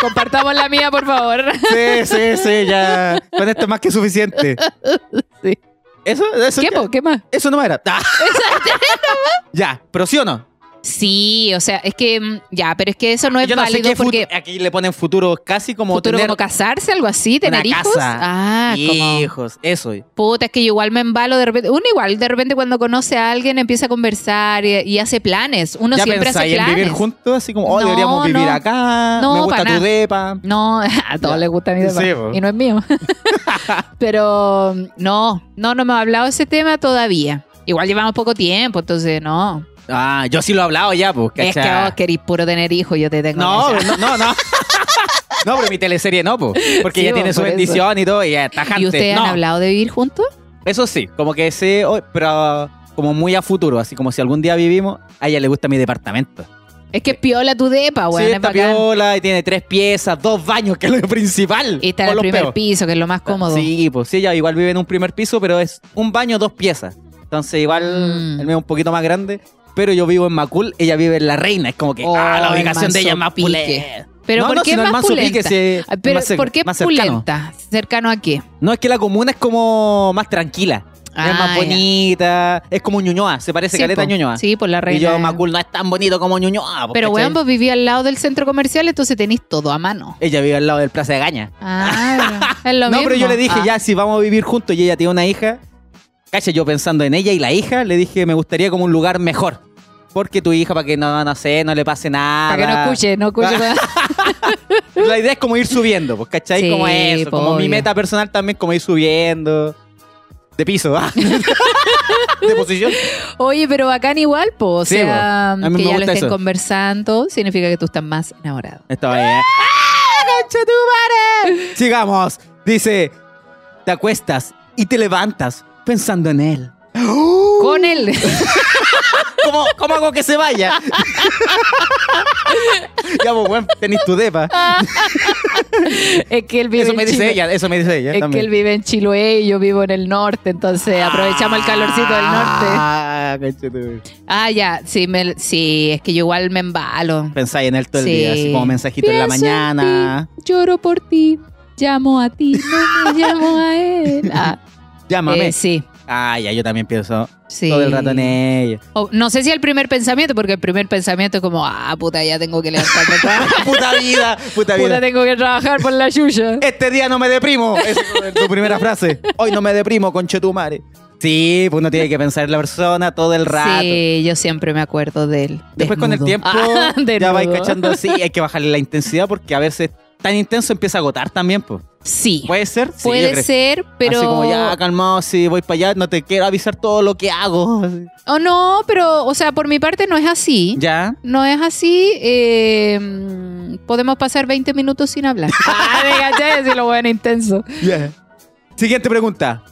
Compartamos la mía, por favor.
Sí, sí, sí, ya. Con esto es más que suficiente.
Sí.
¿Eso? eso
¿Qué, po? ¿Qué más?
Eso no
*laughs*
era. Ah. ya, pero sí o no.
Sí, o sea, es que mm, ya, pero es que eso no es
Yo no sé
válido
qué futu-
porque
Aquí le ponen futuro casi como
futuro
tener
como casarse, algo así, tener
una
hijos.
casa.
Ah, como
hijos. Eso.
Puta, es que yo igual me embalo de repente. Uno igual de repente cuando conoce a alguien empieza a conversar y, y hace planes. Uno
¿Ya
siempre hace
pensáis en
planes.
vivir juntos? Así como, oh,
No,
deberíamos vivir
no.
acá,
No,
me
pa'
gusta tu
nada.
depa.
No, *laughs* a todos
Ya.
les gusta mi depa.
Sí, po.
y no es mío.
*laughs*
Pero no, no, no me ha hablado ese tema todavía. Igual llevamos poco tiempo, entonces no.
Ah, yo sí lo he hablado ya, pues,
Es que
¿cachai?
vos querís puro tener hijos, yo te tengo.
no,
que-
no,
*laughs*
no, no. No, pero mi teleserie no, pues. Porque
Sí,
ya
po,
tiene su
por eso.
bendición y todo, y ya es tajante.
¿Y ustedes
no,
han hablado de vivir juntos?
Eso sí, como que sí, oh, pero como muy a futuro, así como si algún día vivimos, a ella le gusta mi departamento.
Es que es piola tu depa, weón.
Eh, sí,
Ah, es
está
bacán.
piola y tiene tres piezas, dos baños, que es lo principal.
Y está
por
en el
los
primer
peos.
piso, que es lo más cómodo.
Sí, pues sí, ella igual vive en un primer piso, pero es un baño, dos piezas. Entonces igual
Mm.
el mío es un poquito más grande, pero yo vivo en Macul, ella vive en La Reina. Es como que,
Oh,
ah, la
el
ubicación de ella es más
Manso Pique.
pulenta.
Pero
No,
¿por
no,
qué
si no,
es
el
más
Manso Pique
pulenta?
se-
Ah, Pero
más cerca-
¿por qué
más cercano.
pulenta? ¿Cercano a qué?
No, es que la comuna es como más tranquila.
Ah,
es más
ya.
bonita. Es como Ñuñoa, se parece
Sí,
caleta a
po.
Ñuñoa.
Sí, por la reina.
y yo, Macul no es tan bonito como Ñuñoa. po,
Pero
¿cachai?
weón, vos viví al lado del centro comercial, entonces tenés todo a mano.
Ella vive al lado del Plaza de Gaña. *laughs*
Ah, es lo
no,
mismo.
pero yo le dije,
Ah.
ya, si vamos a vivir juntos y ella tiene una hija, cacha, yo pensando en ella y la hija, le dije, me gustaría como un lugar mejor. Porque tu hija, para que no, no sé, no le pase nada. Ah.
Para que no escuche, no escuche.
Pues La idea es como ir subiendo, pues, ¿cachai?
Sí,
como eso.
po,
como mi
obvio.
meta personal también, como ir subiendo. De piso, ah. *laughs* De posición.
*laughs* Oye, pero bacán igual, po. O
Sí,
sea,
po. A mí
que
me
ya lo
gusta
estén
eso.
conversando, significa que tú estás más
*laughs*
enamorado.
Estaba bien. ¿eh? Sigamos. Dice, te acuestas y te levantas pensando en él.
*laughs* Con él. *laughs*
¿Cómo, cómo hago que se vaya? *laughs* ya, pues, weón, tenés tu depa.
es que él vive
Eso
en
me dice
Chiloé.
ella, eso me dice ella.
Es que
también.
él vive en Chiloé y yo vivo en el norte, entonces aprovechamos el calorcito del norte.
Ah, conchetumare.
Ah, ya, sí, me- sí, es que yo igual me embalo.
Pensáis en él todo el
Sí.
día, así como mensajito en la
Pienso en
mañana.
ti, lloro por ti, llamo a ti,
*laughs*
no me llamo a él. Ah,
Llámame.
eh, sí,
Ah, ya, yo también pienso
sí.
todo el rato en ella.
O- no sé si el primer pensamiento, porque el primer pensamiento es como, ah, puta, ya tengo que
*laughs*
levantarme. a trabajar.
*laughs* puta vida, puta vida.
puta, tengo que trabajar por la yuya.
Este día no me
*laughs*
deprimo. Esa es tu primera frase. Hoy no me deprimo, conchetumare. Sí, pues uno tiene que pensar en la persona todo el rato.
Sí, yo siempre me acuerdo de él.
Después con el
desnudo.
tiempo
*laughs* Ah,
ya
desnudo.
vais cachando sí, hay que bajarle la intensidad porque a veces tan intenso empieza a agotar también, pues.
Sí,
¿Puede ser? Sí, yo
puede
creo.
ser, pero...
Así como ya, calmado, si voy para allá, no te quiero avisar todo lo que hago. *laughs* así.
Oh, no, pero, o sea, por mi parte no es así.
¿Ya?
No es así. eh, mm, podemos pasar 20 minutos sin hablar.
*laughs*
ah, me caché, si lo bueno intenso.
Ya. Siguiente pregunta.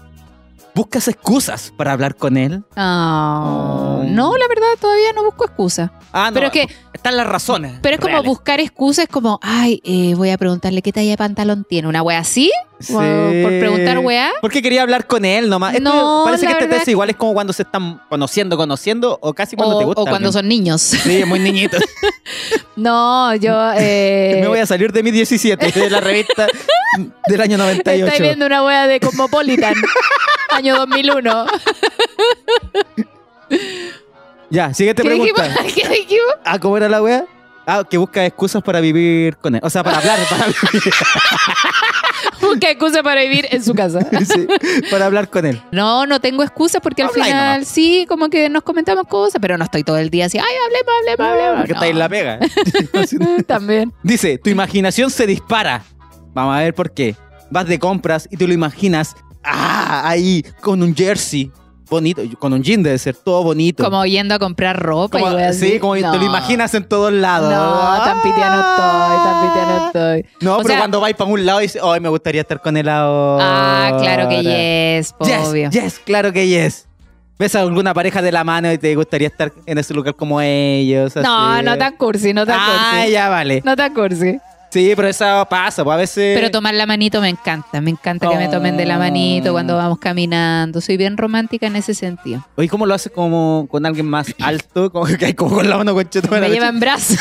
¿Buscas excusas para hablar con él?
Ah, No, la verdad, todavía no busco excusa.
Ah, no.
Pero es que-
Están las razones.
Pero es como
reales.
buscar excusas, como, ay, eh, voy a preguntarle qué talla de pantalón tiene. ¿Una wea así?
Sí.
Por preguntar wea.
Porque quería hablar con él nomás. Esto
No,
parece
la
que este
verdad
test
que-
igual es como cuando se están conociendo, conociendo, o casi cuando
o,
te gusta.
o cuando
alguien.
son niños.
*laughs* Sí,
*laughs*
muy niñito.
No, yo. eh,
*laughs* Me voy a salir de mi 17 de la revista del año
Estáis
98.
viendo una wea de
*laughs*
Cosmopolitan, año 2001.
Ya, siguiente
¿Qué dijimos?
pregunta.
*laughs* ¿Qué dijimos?
Ah, ¿cómo era la wea? Ah, que busca excusas para vivir con él. O sea, para hablar, para, *laughs* vivir,
Busca excusa para vivir en su casa.
sí, para hablar con él.
No, no tengo excusas porque al
Habla ahí
final
nomás.
sí, como que nos comentamos cosas, pero no estoy todo el día así, ay, hablemos, hablemos, hablemos. No.
Porque está ahí en la pega.
*laughs* También.
Dice, tu imaginación se dispara. Vamos a ver por qué. Vas de compras y te lo imaginas. Ah, ahí, con un jersey. Bonito, con un jean debe ser todo bonito.
Como yendo a comprar ropa
Como-
y weas así.
sí, como
No.
te lo imaginas en todos
No,
lados. Ah.
tan pitea no estoy, tan pitea no estoy.
No,
O
pero
sea-
cuando vais para un lado y dices, ay, me gustaría estar con él ahora.
Ah, claro que yes, po,
Yes,
obvio.
yes, claro que yes. Ves a alguna pareja de la mano y te gustaría estar en ese lugar como ellos.
No,
así.
no tan cursi, no tan
Ah,
cursi.
ya vale.
No tan cursi.
Sí, pero eso pasa, pues a veces.
Pero tomar la manito me encanta, me encanta que me tomen de la
Oh.
manito cuando vamos caminando. Soy bien romántica en ese sentido.
Oye, ¿cómo lo haces como con
*clears throat*
alguien más alto? Como que hay como con la mano con
Me llevan brazos.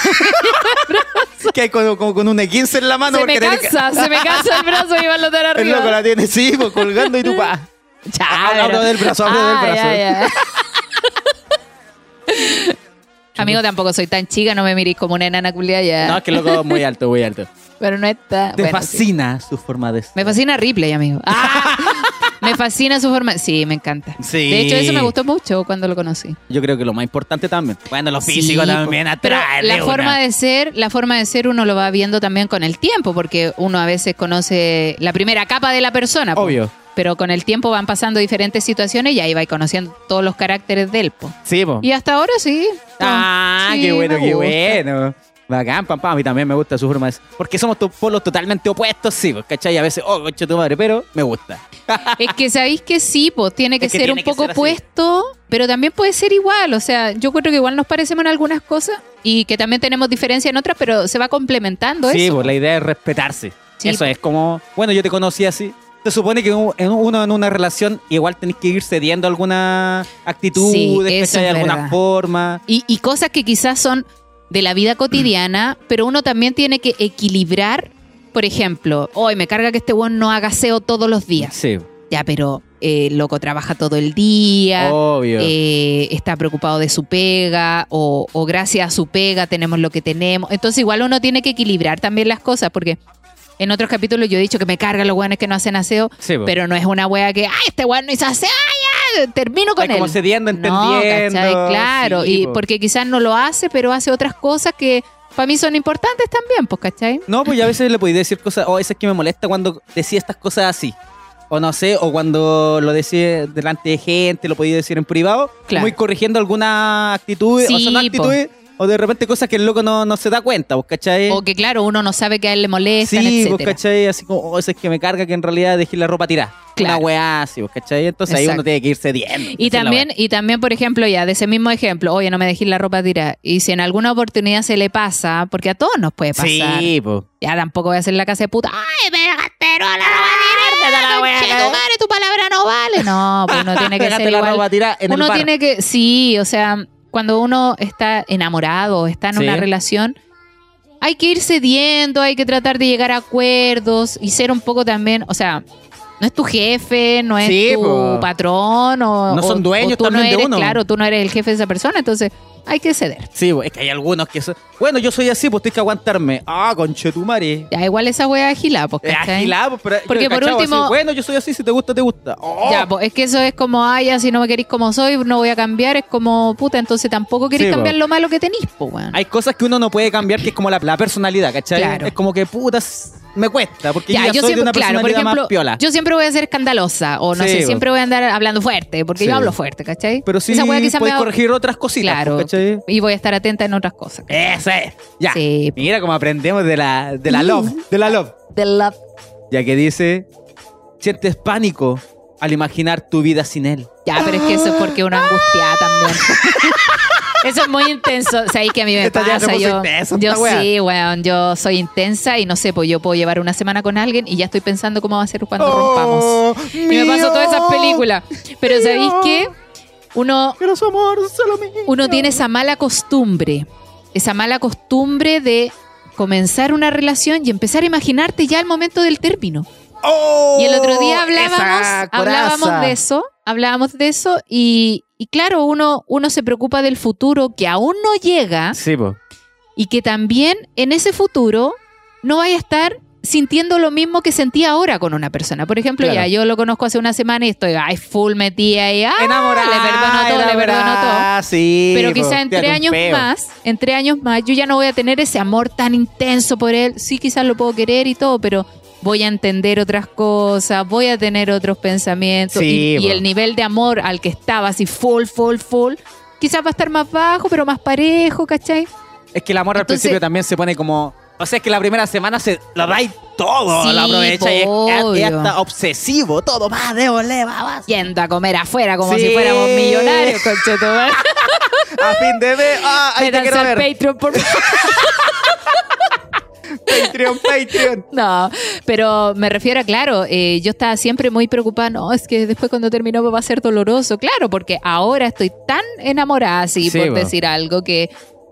Que hay como, como con una 15 en la
*laughs*
mano.
se me
Ah, porque tenés que-
cansa, se me cansa el brazo y va a
*laughs*
lotar
El
arriba.
loco la tiene, sí, pues, colgando y
*laughs*
tú pa.
Ya,
Habla- habla
pero-
del brazo, habla del brazo.
ya,
*laughs*
ya. Amigo, tampoco soy tan chica, no me miréis como una enana culia ya.
No, es que el loco es muy alto, muy alto.
Pero no está.
Te
Ah, bueno, sí.
fascina su forma de ser.
Me fascina Ripley, amigo.
*laughs*
Ah, me fascina su forma. Sí, me encanta.
Sí.
De hecho, eso me gustó mucho cuando lo conocí.
Yo creo que lo más importante también. Bueno, lo
Sí,
físico
po.
también
Pero
atrae.
la forma de ser, la forma de ser uno lo va viendo también con el tiempo, porque uno a veces conoce la primera capa de la persona. po.
Obvio.
Pero con el tiempo van pasando diferentes situaciones y ahí va conociendo todos los caracteres del po.
Sí, po.
Y hasta ahora sí.
Ah,
Sí,
qué bueno,
me
qué
gusta.
bueno. Bacán, pam, pam. A mí también me gusta su forma de ser. Porque somos to- polos totalmente opuestos, sí, po, ¿cachai? A veces, oh, concha tu madre, pero me gusta.
Es que sabéis que sí, pues tiene que
Es que
ser
tiene
un
que
poco
ser así.
puesto Pero también puede ser igual, o sea, yo creo que igual nos parecemos en algunas cosas y que también tenemos diferencia en otras, pero se va complementando
Sí,
eso.
pues la idea es respetarse.
Sí,
Eso
pues.
es como, bueno, yo te conocí así. Se supone que un- en uno en una relación igual tenés que ir cediendo alguna actitud,
Sí, eso es
de alguna
verdad.
forma.
Y, y cosas que quizás son de la vida cotidiana, *clears throat* pero uno también tiene que equilibrar. Por ejemplo, hoy me carga que este buen no haga SEO todos los días.
Sí,
Ya, pero eh, loco trabaja todo el día.
obvio.
eh, está preocupado de su pega o, o gracias a su pega tenemos lo que tenemos. Entonces igual uno tiene que equilibrar también las cosas porque en otros capítulos yo he dicho que me cargan los weones que no hacen aseo,
Sí, pues. po.
pero no es una wea que, ay, este weón no hizo aseo, ay, ya, termino con
Ay,
él.
como cediendo, entendiendo,
No, ¿cachai? claro,
sí,
y
po.
porque quizás no lo hace, pero hace otras cosas que para mí son importantes también, pues, ¿cachai?
No, pues ya a veces le podía decir cosas, o eso es que me molesta cuando decía estas cosas así. O no sé, o cuando lo decía delante de gente, lo podía decir en privado,
Claro.
muy corrigiendo alguna actitud, o sea, no
Sí, po.
actitudes, o de repente cosas que el loco no, no se da cuenta, ¿vos cachai?
O que claro, uno no sabe que a él le molestan,
Sí, pues, vos
etcétera.
cachai, así como, oh, ese es que me carga que en realidad dejé la ropa tirada.
Claro.
Una weá así, vos cachai. Entonces ahí
Exacto.
uno tiene que ir cediendo. Esa
Y
es la
también, y también, por ejemplo, ya de ese mismo ejemplo, oye, no me dejé la ropa tirada. Y si en alguna oportunidad se le pasa, porque a todos nos puede
weá.
pasar.
Sí, po.
Ya tampoco voy a hacer la casa de puta. ¡Ay, me dejaste la ropa tirada! conche tu madre, tu palabra no vale! No, pues uno
*laughs*
tiene que
Dejaste
ser
la
igual.
ropa tirada en el
uno
bar.
tiene que, sí, o sea, cuando uno está enamorado, está en
Sí.
una relación, hay que ir cediendo, hay que tratar de llegar a acuerdos y ser un poco también, o sea, no es tu jefe, no es
Sí,
tu
po.
patrón, o,
No son
o-
dueños
o tú
también
no
de
eres,
uno.
Claro, tú no eres el jefe de esa persona, entonces hay que ceder.
Sí, po, es que hay algunos que son... Bueno, yo soy así, pues tengo que aguantarme. Ah, conchetumare.
Ya, igual esa wea es gilada, pues,
Eh,
¿cachai?
agilado, pero yo
Porque
he
por
cachado así,
último-
bueno, yo soy así, si te gusta, te gusta. Oh,
Ya, pues, es que eso es como, ay, ya, si no me querís como soy, no voy a cambiar. Es como, puta, entonces tampoco querís
Sí, po.
cambiar lo malo que tenís, pues, weón.
Hay cosas que uno no puede cambiar, que es como la, la personalidad, ¿cachai?
Claro.
Es como que, putas, me cuesta, porque
Ya,
yo, ya soy de una personalidad más piola.
yo siempre voy a ser escandalosa o no
Sí,
sé,
pues.
siempre voy a andar hablando fuerte, porque
Sí.
yo hablo fuerte, ¿cachai?
Pero sí,
Esa wea
puedes
quizá me va-
corregir otras cositas,
Claro.
pues, ¿cachai?
Y voy a estar atenta en otras cosas.
Eso es. Ya.
Sí.
Mira cómo aprendemos de la, de la love. De la love.
The love.
Ya que dice, sientes pánico al imaginar tu vida sin él.
Ya, pero es que eso es porque uno angustiada *laughs* también. Eso es muy intenso. O sea, ahí que a mí me
Esta ya se
pasa.
puso
Yo,
intensa
yo
esta wea.
sí, weón. Yo soy intensa y no sé, pues yo puedo llevar una semana con alguien y ya estoy pensando cómo va a ser cuando
Oh,
rompamos. Y me paso todas esas películas. Pero ¿sabéis qué? Uno,
Pero su amor, solo mío.
uno tiene esa mala costumbre, esa mala costumbre de comenzar una relación y empezar a imaginarte ya el momento del término. Y el otro
Oh,
día hablábamos, hablábamos de eso, hablábamos de eso y, y claro, uno, uno se preocupa del futuro que aún no llega
Sí, po.
y que también en ese futuro no vaya a estar sintiendo lo mismo que sentía ahora con una persona. Por ejemplo,
Claro.
ya yo lo conozco hace una semana y estoy, ay, full metida y, ah,
Enamorada.
le perdono todo, le perdono todo.
enamorada, Sí.
Pero
po.
quizá en
Tírate
tres
un
años
peo.
más, en tres años más, yo ya no voy a tener ese amor tan intenso por él. Sí, quizás lo puedo querer y todo, pero voy a entender otras cosas, voy a tener otros pensamientos.
Sí,
y, y
po.
el nivel de amor al que estaba, así full, full, full, quizás va a estar más bajo, pero más parejo, ¿cachai?
Es que el amor
Entonces-
al principio también se pone como. O sea, es que la primera semana se lo dais todo,
Sí,
lo aprovecha y es,
po,
es- es
obvio.
hasta obsesivo, todo más, débolé, babas.
Yendo a comer afuera como
Sí.
si fuéramos millonarios, conchetumar.
A fin de mes, ah, *laughs* ahí te
Métanse
quiero
al
ver.
Patreon, por
*laughs*
favor.
Patreon, Patreon.
No, pero me refiero a, claro, eh, yo estaba siempre muy preocupada, no, es que después cuando terminó va a ser doloroso, claro, porque ahora estoy tan enamorada, así,
Sí,
por
bo.
decir algo, que,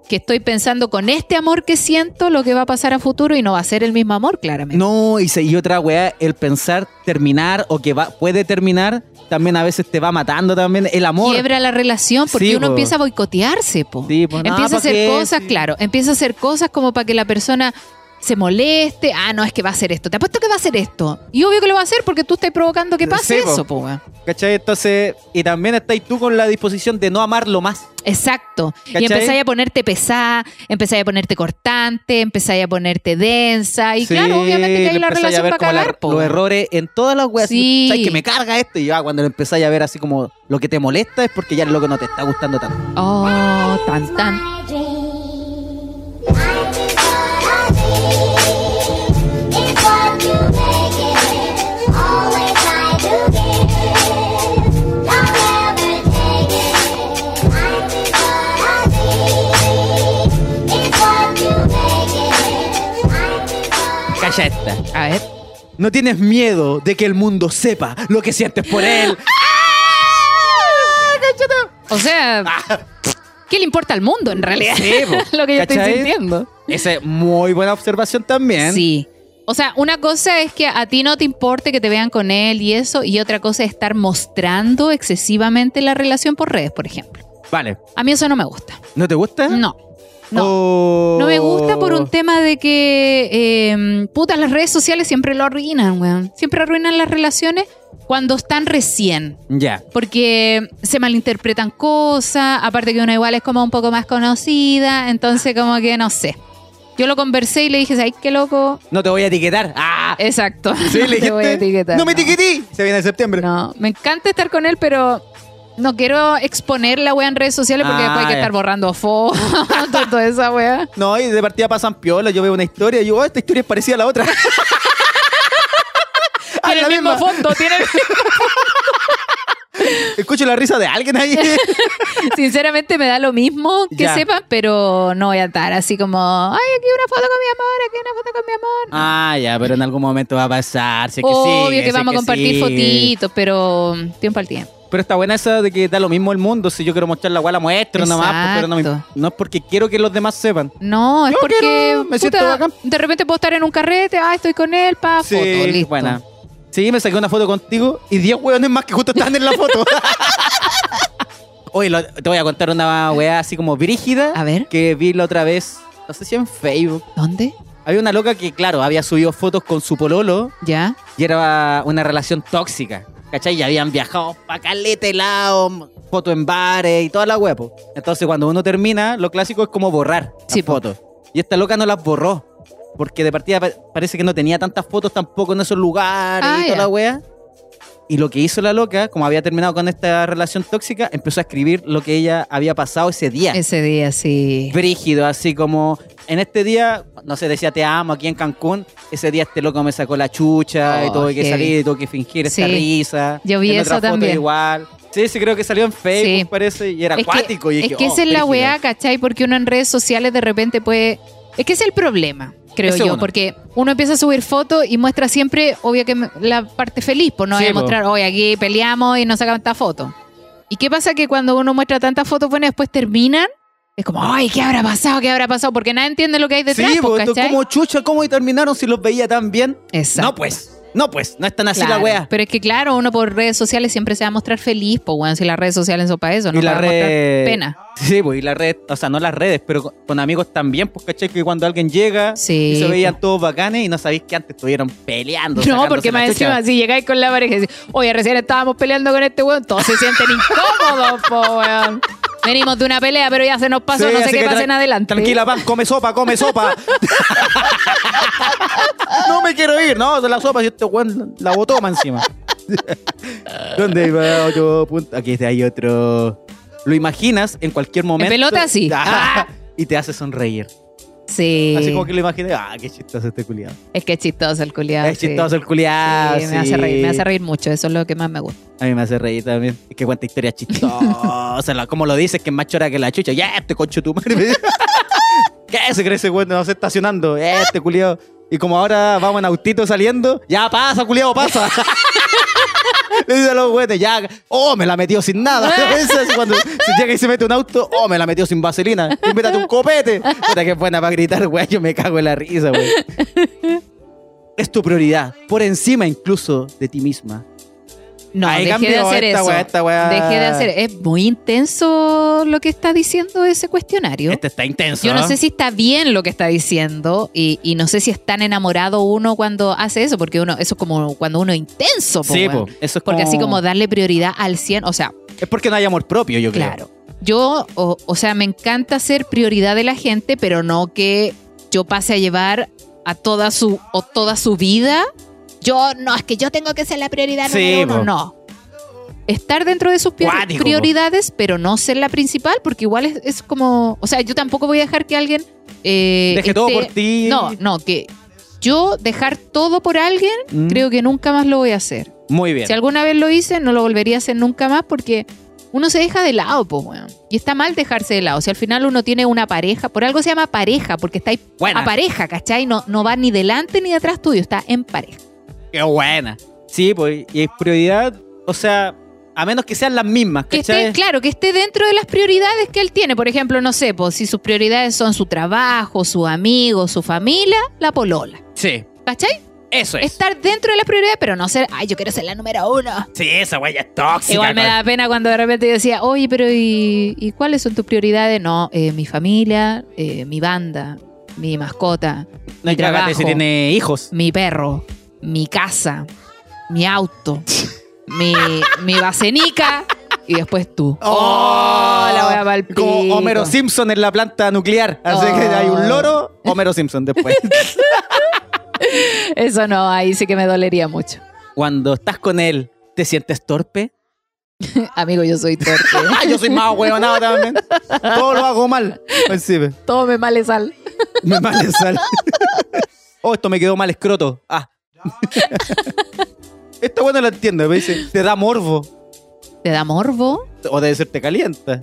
que estoy pensando con este amor que siento lo que va a pasar a futuro y no va a ser el mismo amor, claramente.
No, y, se- y otra weá, el pensar terminar o que va, puede terminar, también a veces te va matando también el amor.
Quiebra la relación porque
Sí,
uno
bo.
empieza a boicotearse, po.
Sí, po, no,
empieza a
¿pa'
hacer
qué?
cosas,
Sí.
claro, empieza a hacer cosas como para que la persona se moleste, ah, no, es que va a hacer esto, te apuesto que va a hacer esto. Y obvio que lo va a hacer porque tú estás provocando que pase
Sí, bo.
eso, po. weón.
¿Cachai? Entonces, y también estáis tú con la disposición de no amarlo más.
Exacto.
¿Cachai?
Y empezáis a ponerte pesada, empezáis a ponerte cortante, empezáis a ponerte densa. Y
Sí,
claro, obviamente que hay
le
la
empezáis a
relación
ver
para
como la-
cagar, po.
Los errores en todas las weas.
Sí.
¿Sabes que me carga esto? Y ya cuando lo empezáis a ver así como lo que te molesta es porque ya lo que no te está gustando tanto.
Oh, tan tan.
Always I do give. Don't ever take it.
esta.
A ver.
No tienes miedo de que el mundo sepa lo que sientes
*laughs*
por él. Ah,
O sea, ¿qué le importa al mundo en realidad?
Sí, po.
*laughs* Lo que yo estoy
¿Cachai?
sintiendo.
Esa es muy buena observación también.
Sí. O sea, una cosa es que a ti no te importe que te vean con él y eso, y otra cosa es estar mostrando excesivamente la relación por redes, por ejemplo.
Vale.
A mí eso no me gusta.
¿No te gusta?
No. No.
¿Ah? Oh.
No me gusta por un tema de que, eh, putas, las redes sociales siempre lo arruinan, weón. Siempre arruinan las relaciones cuando están recién.
Ya.
Porque se malinterpretan cosas, aparte que una igual es como un poco más conocida, entonces como que no sé. Yo lo conversé y le dije, ay, qué loco.
No te voy a etiquetar. ¡Ah!
Exacto.
Sí,
*laughs* no
le
te voy a
dijiste,
etiquetar.
No me etiquetí. Se viene en septiembre.
No, me encanta estar con él, pero no quiero exponer la wea en redes sociales porque
Ah,
después hay que
ya.
estar borrando fotos, *laughs* toda esa wea.
No, y de partida pasan piola. Yo veo una historia y digo, oh, esta historia es parecida a
*laughs*
la otra. *laughs* Ah,
Tiene
la
el mismo
misma.
fondo, tiene el
Escucho la risa de alguien
*laughs*
ahí. *laughs*
Sinceramente me da lo mismo que
Ya.
sepan, pero no voy a estar así como, ay, aquí una foto con mi amor, aquí una foto con mi amor.
ah, ya, pero en algún momento va a pasar. Si es que
Obvio
sigue, si
que
es
vamos a compartir
sigue.
fotitos, pero tiempo al tiempo.
Pero está buena esa de que da lo mismo el mundo. Si yo quiero mostrar la guay, la muestro nomás. pues, Pero no, me-
Exacto.
no es porque quiero que los demás sepan.
No, es
Yo
porque
quiero- me siento bacán.
de repente puedo estar en un carrete, ah, estoy con él, pa, foto, listo.
buena. Sí, me saqué una foto contigo y 10 hueones más que justo estaban en la
*laughs*
foto. Oye, lo- te voy a contar una weá así como brígida.
A ver.
Que vi la otra vez, no sé si en Facebook.
¿Dónde?
Había una loca que, claro, había subido fotos con su pololo
¿Ya?
y era una relación tóxica. ¿Cachai? Y habían viajado pa' calete lado, foto en bares y toda la huevo. Entonces, cuando uno termina, lo clásico es como borrar
Sí,
las
po.
fotos. Y esta loca no las borró. Porque de partida pa- parece que no tenía tantas fotos tampoco en esos lugares
Ah,
y toda
ya.
la wea. Y lo que hizo la loca, como había terminado con esta relación tóxica, empezó a escribir lo que ella había pasado ese día
Ese día sí.
brígido, así como en este día, no sé, decía te amo aquí en Cancún, ese día este loco me sacó la chucha
Oh,
y tuve que
heavy.
salir y tuve que fingir esta
Sí.
risa.
Yo vi
En
eso
otra foto
también.
igual. Sí, sí, creo que salió en Facebook,
Sí.
parece, y era
Es que-
acuático. y
es que,
dije, oh,
esa es la
brígido.
weá, ¿cachai? Porque uno en redes sociales de repente puede... Es que ese es el problema, creo
Ese
yo,
uno.
porque uno empieza a subir fotos y muestra siempre, obvio que me- la parte feliz, pues no voy
Sí,
a
po.
mostrar, hoy aquí peleamos y no sacan tanta foto. ¿Y qué pasa que cuando uno muestra tantas fotos buenas después terminan? Es como, ay, ¿qué habrá pasado? ¿Qué habrá pasado? Porque nadie entiende lo que hay detrás,
Sí,
po,
porque
¿cachai?
como chucha, ¿cómo terminaron si los veía tan bien?
Exacto.
No, pues, no, pues, no es tan así la
Claro,
wea.
Pero es que claro, uno por redes sociales siempre se va a mostrar feliz, pues bueno, si las redes sociales son para eso, no
y las
para mostrar
redes.
pena.
Sí, pues, y las redes, o sea, no las redes, pero con, con amigos también, pues, caché que cuando alguien llega
Sí,
y se veían
po.
todos bacanes y no sabéis que antes estuvieron peleando.
No,
sacándose
porque
la
más
chucha.
encima, si llegáis con la pareja y decís, oye, recién estábamos peleando con este weón, todos se sienten
*laughs*
incómodos, po, weón. Venimos de una pelea, pero ya se nos pasó,
Sí,
no sé
así
qué
que
pasa
tra-
en adelante.
Tranquila, pan, come sopa, come sopa. *laughs* no me quiero ir, no, de la sopa, si este weón la botó más encima. *laughs* ¿Dónde iba otro punto? Aquí está, hay otro. Lo imaginas en cualquier momento.
pelota, sí.
Ah, y te hace sonreír.
Sí.
Así como que lo imaginas. Ah, qué chistoso este culiado.
Es que es chistoso el culiado.
es chistoso el culiado.
me hace reír, me hace reír mucho, eso es lo que más me gusta.
A mí me hace reír también. Es que cuenta historias chistosas. la- como lo dices, que es más chora que la chucha. Ya, este concho tu madre. *laughs* ¿Qué se cree ese güey? Nos está estacionando. Este culiado. Y como ahora vamos en autito saliendo, ya pasa, culiado, pasa. *laughs* Le dice a los güeyes, ya, oh, me la metió sin nada. *laughs* Eso es cuando se llega y se mete un auto, oh, me la metió sin vaselina. Invéntate un copete. Puta que buena para gritar, güey. Yo me cago en la risa, güey. Es tu prioridad, por encima incluso de ti misma.
No,
Ahí
dejé de
cambió
hacer
esta
eso.
weá, esta weá.
Dejé de hacer. Es muy intenso lo que está diciendo ese cuestionario.
Este está intenso.
Yo no sé si está bien lo que está diciendo y, y no sé si es tan enamorado uno cuando hace eso, porque uno eso es como cuando uno es intenso. po,
Sí,
weón.
po. Eso es
Porque así como darle prioridad al 100, o sea,
Es porque no hay amor propio, yo Oh. creo.
claro. Yo, o, o sea, me encanta ser prioridad de la gente, pero no que yo pase a llevar a toda su, o toda su vida. Yo, no, es que yo tengo que ser la prioridad
Sí,
número uno,
po.
no. Estar dentro de sus priori-
Cuático, po.
prioridades, pero no ser la principal, porque igual es, es como, o sea, yo tampoco voy a dejar que alguien... eh,
Deje todo
esté-
por ti.
No, no, que yo dejar todo por alguien,
Mm.
creo que nunca más lo voy a hacer.
Muy bien.
Si alguna vez lo hice, no lo volvería a hacer nunca más porque uno se deja de lado, pues, weón. Y está mal dejarse de lado. Si al final uno tiene una pareja, por algo se llama pareja, porque está ahí
Buena.
a pareja, ¿cachai? No, no va ni delante ni detrás tuyo, está en pareja.
Qué buena. Sí, pues, y es prioridad, o sea, a menos que sean las mismas,
Que
¿cachai?
esté, claro, que esté dentro de las prioridades que él tiene. Por ejemplo, no sé, pues, si sus prioridades son su trabajo, su amigo, su familia, la polola.
Sí,
¿Cachai?
eso es.
Estar dentro de las prioridades, pero no ser, ay, yo quiero ser la número uno.
Sí, esa wea ya es tóxica.
Igual me
con-
daba pena cuando de repente yo decía, oye, pero ¿y, y cuáles son tus prioridades? No, eh, mi familia, eh, mi banda, mi mascota,
No
mi
hay
trabajo,
cagate si tiene hijos.
mi perro, mi casa, mi
*laughs*
auto, mi, mi basenica y después
*laughs*
tú. ¡Oh! la voy a palpico.
Como Homero Simpson en la planta nuclear. Así
Oh.
que hay un loro, Homero Simpson después.
Eso no, ahí sí que me dolería mucho.
*laughs* Cuando estás con él, ¿te sientes torpe?
Amigo, yo soy torpe.
*laughs* Ah, yo soy más huevonado también. Todo lo hago mal. Pues sí, ve.
Todo me vale sal.
me mal sal. *laughs* oh, esto me quedó mal escroto. *laughs* Ah. Esta bueno la entiendo, me dice, te da morbo.
¿Te da morbo?
O debe ser te calienta.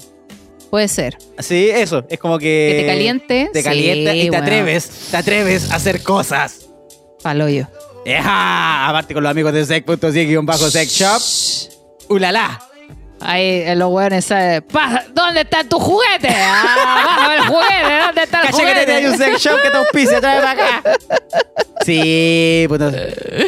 Puede ser.
Sí, eso. Es como que.
Que te caliente.
Te
Sí,
calienta y te
weón.
atreves. Te atreves a hacer cosas.
Paloyo.
¡Ejá! Aparte con los amigos de sec.100-sex shop. ¡Ulala!
Ahí eh, los hueones saben. "Pasa, ¿Dónde está tu juguete? Ah, pásame el juguete. ¿Dónde está el
Caché que
juguete?
te hay un sex shop que te auspicia, trae *laughs* para acá. Sí, puto.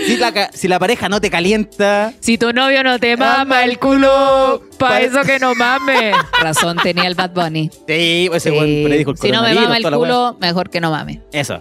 Si la, ca- si la pareja no te calienta.
Si tu novio no te mama el culo,
culo.
pa' eso que no
*laughs*
mame. Razón tenía el Bad Bunny.
Sí, ese
Sí.
weón predijo el
si no me
coronavirus,
mama el
toda la weá.
culo, mejor que no mame.
Eso.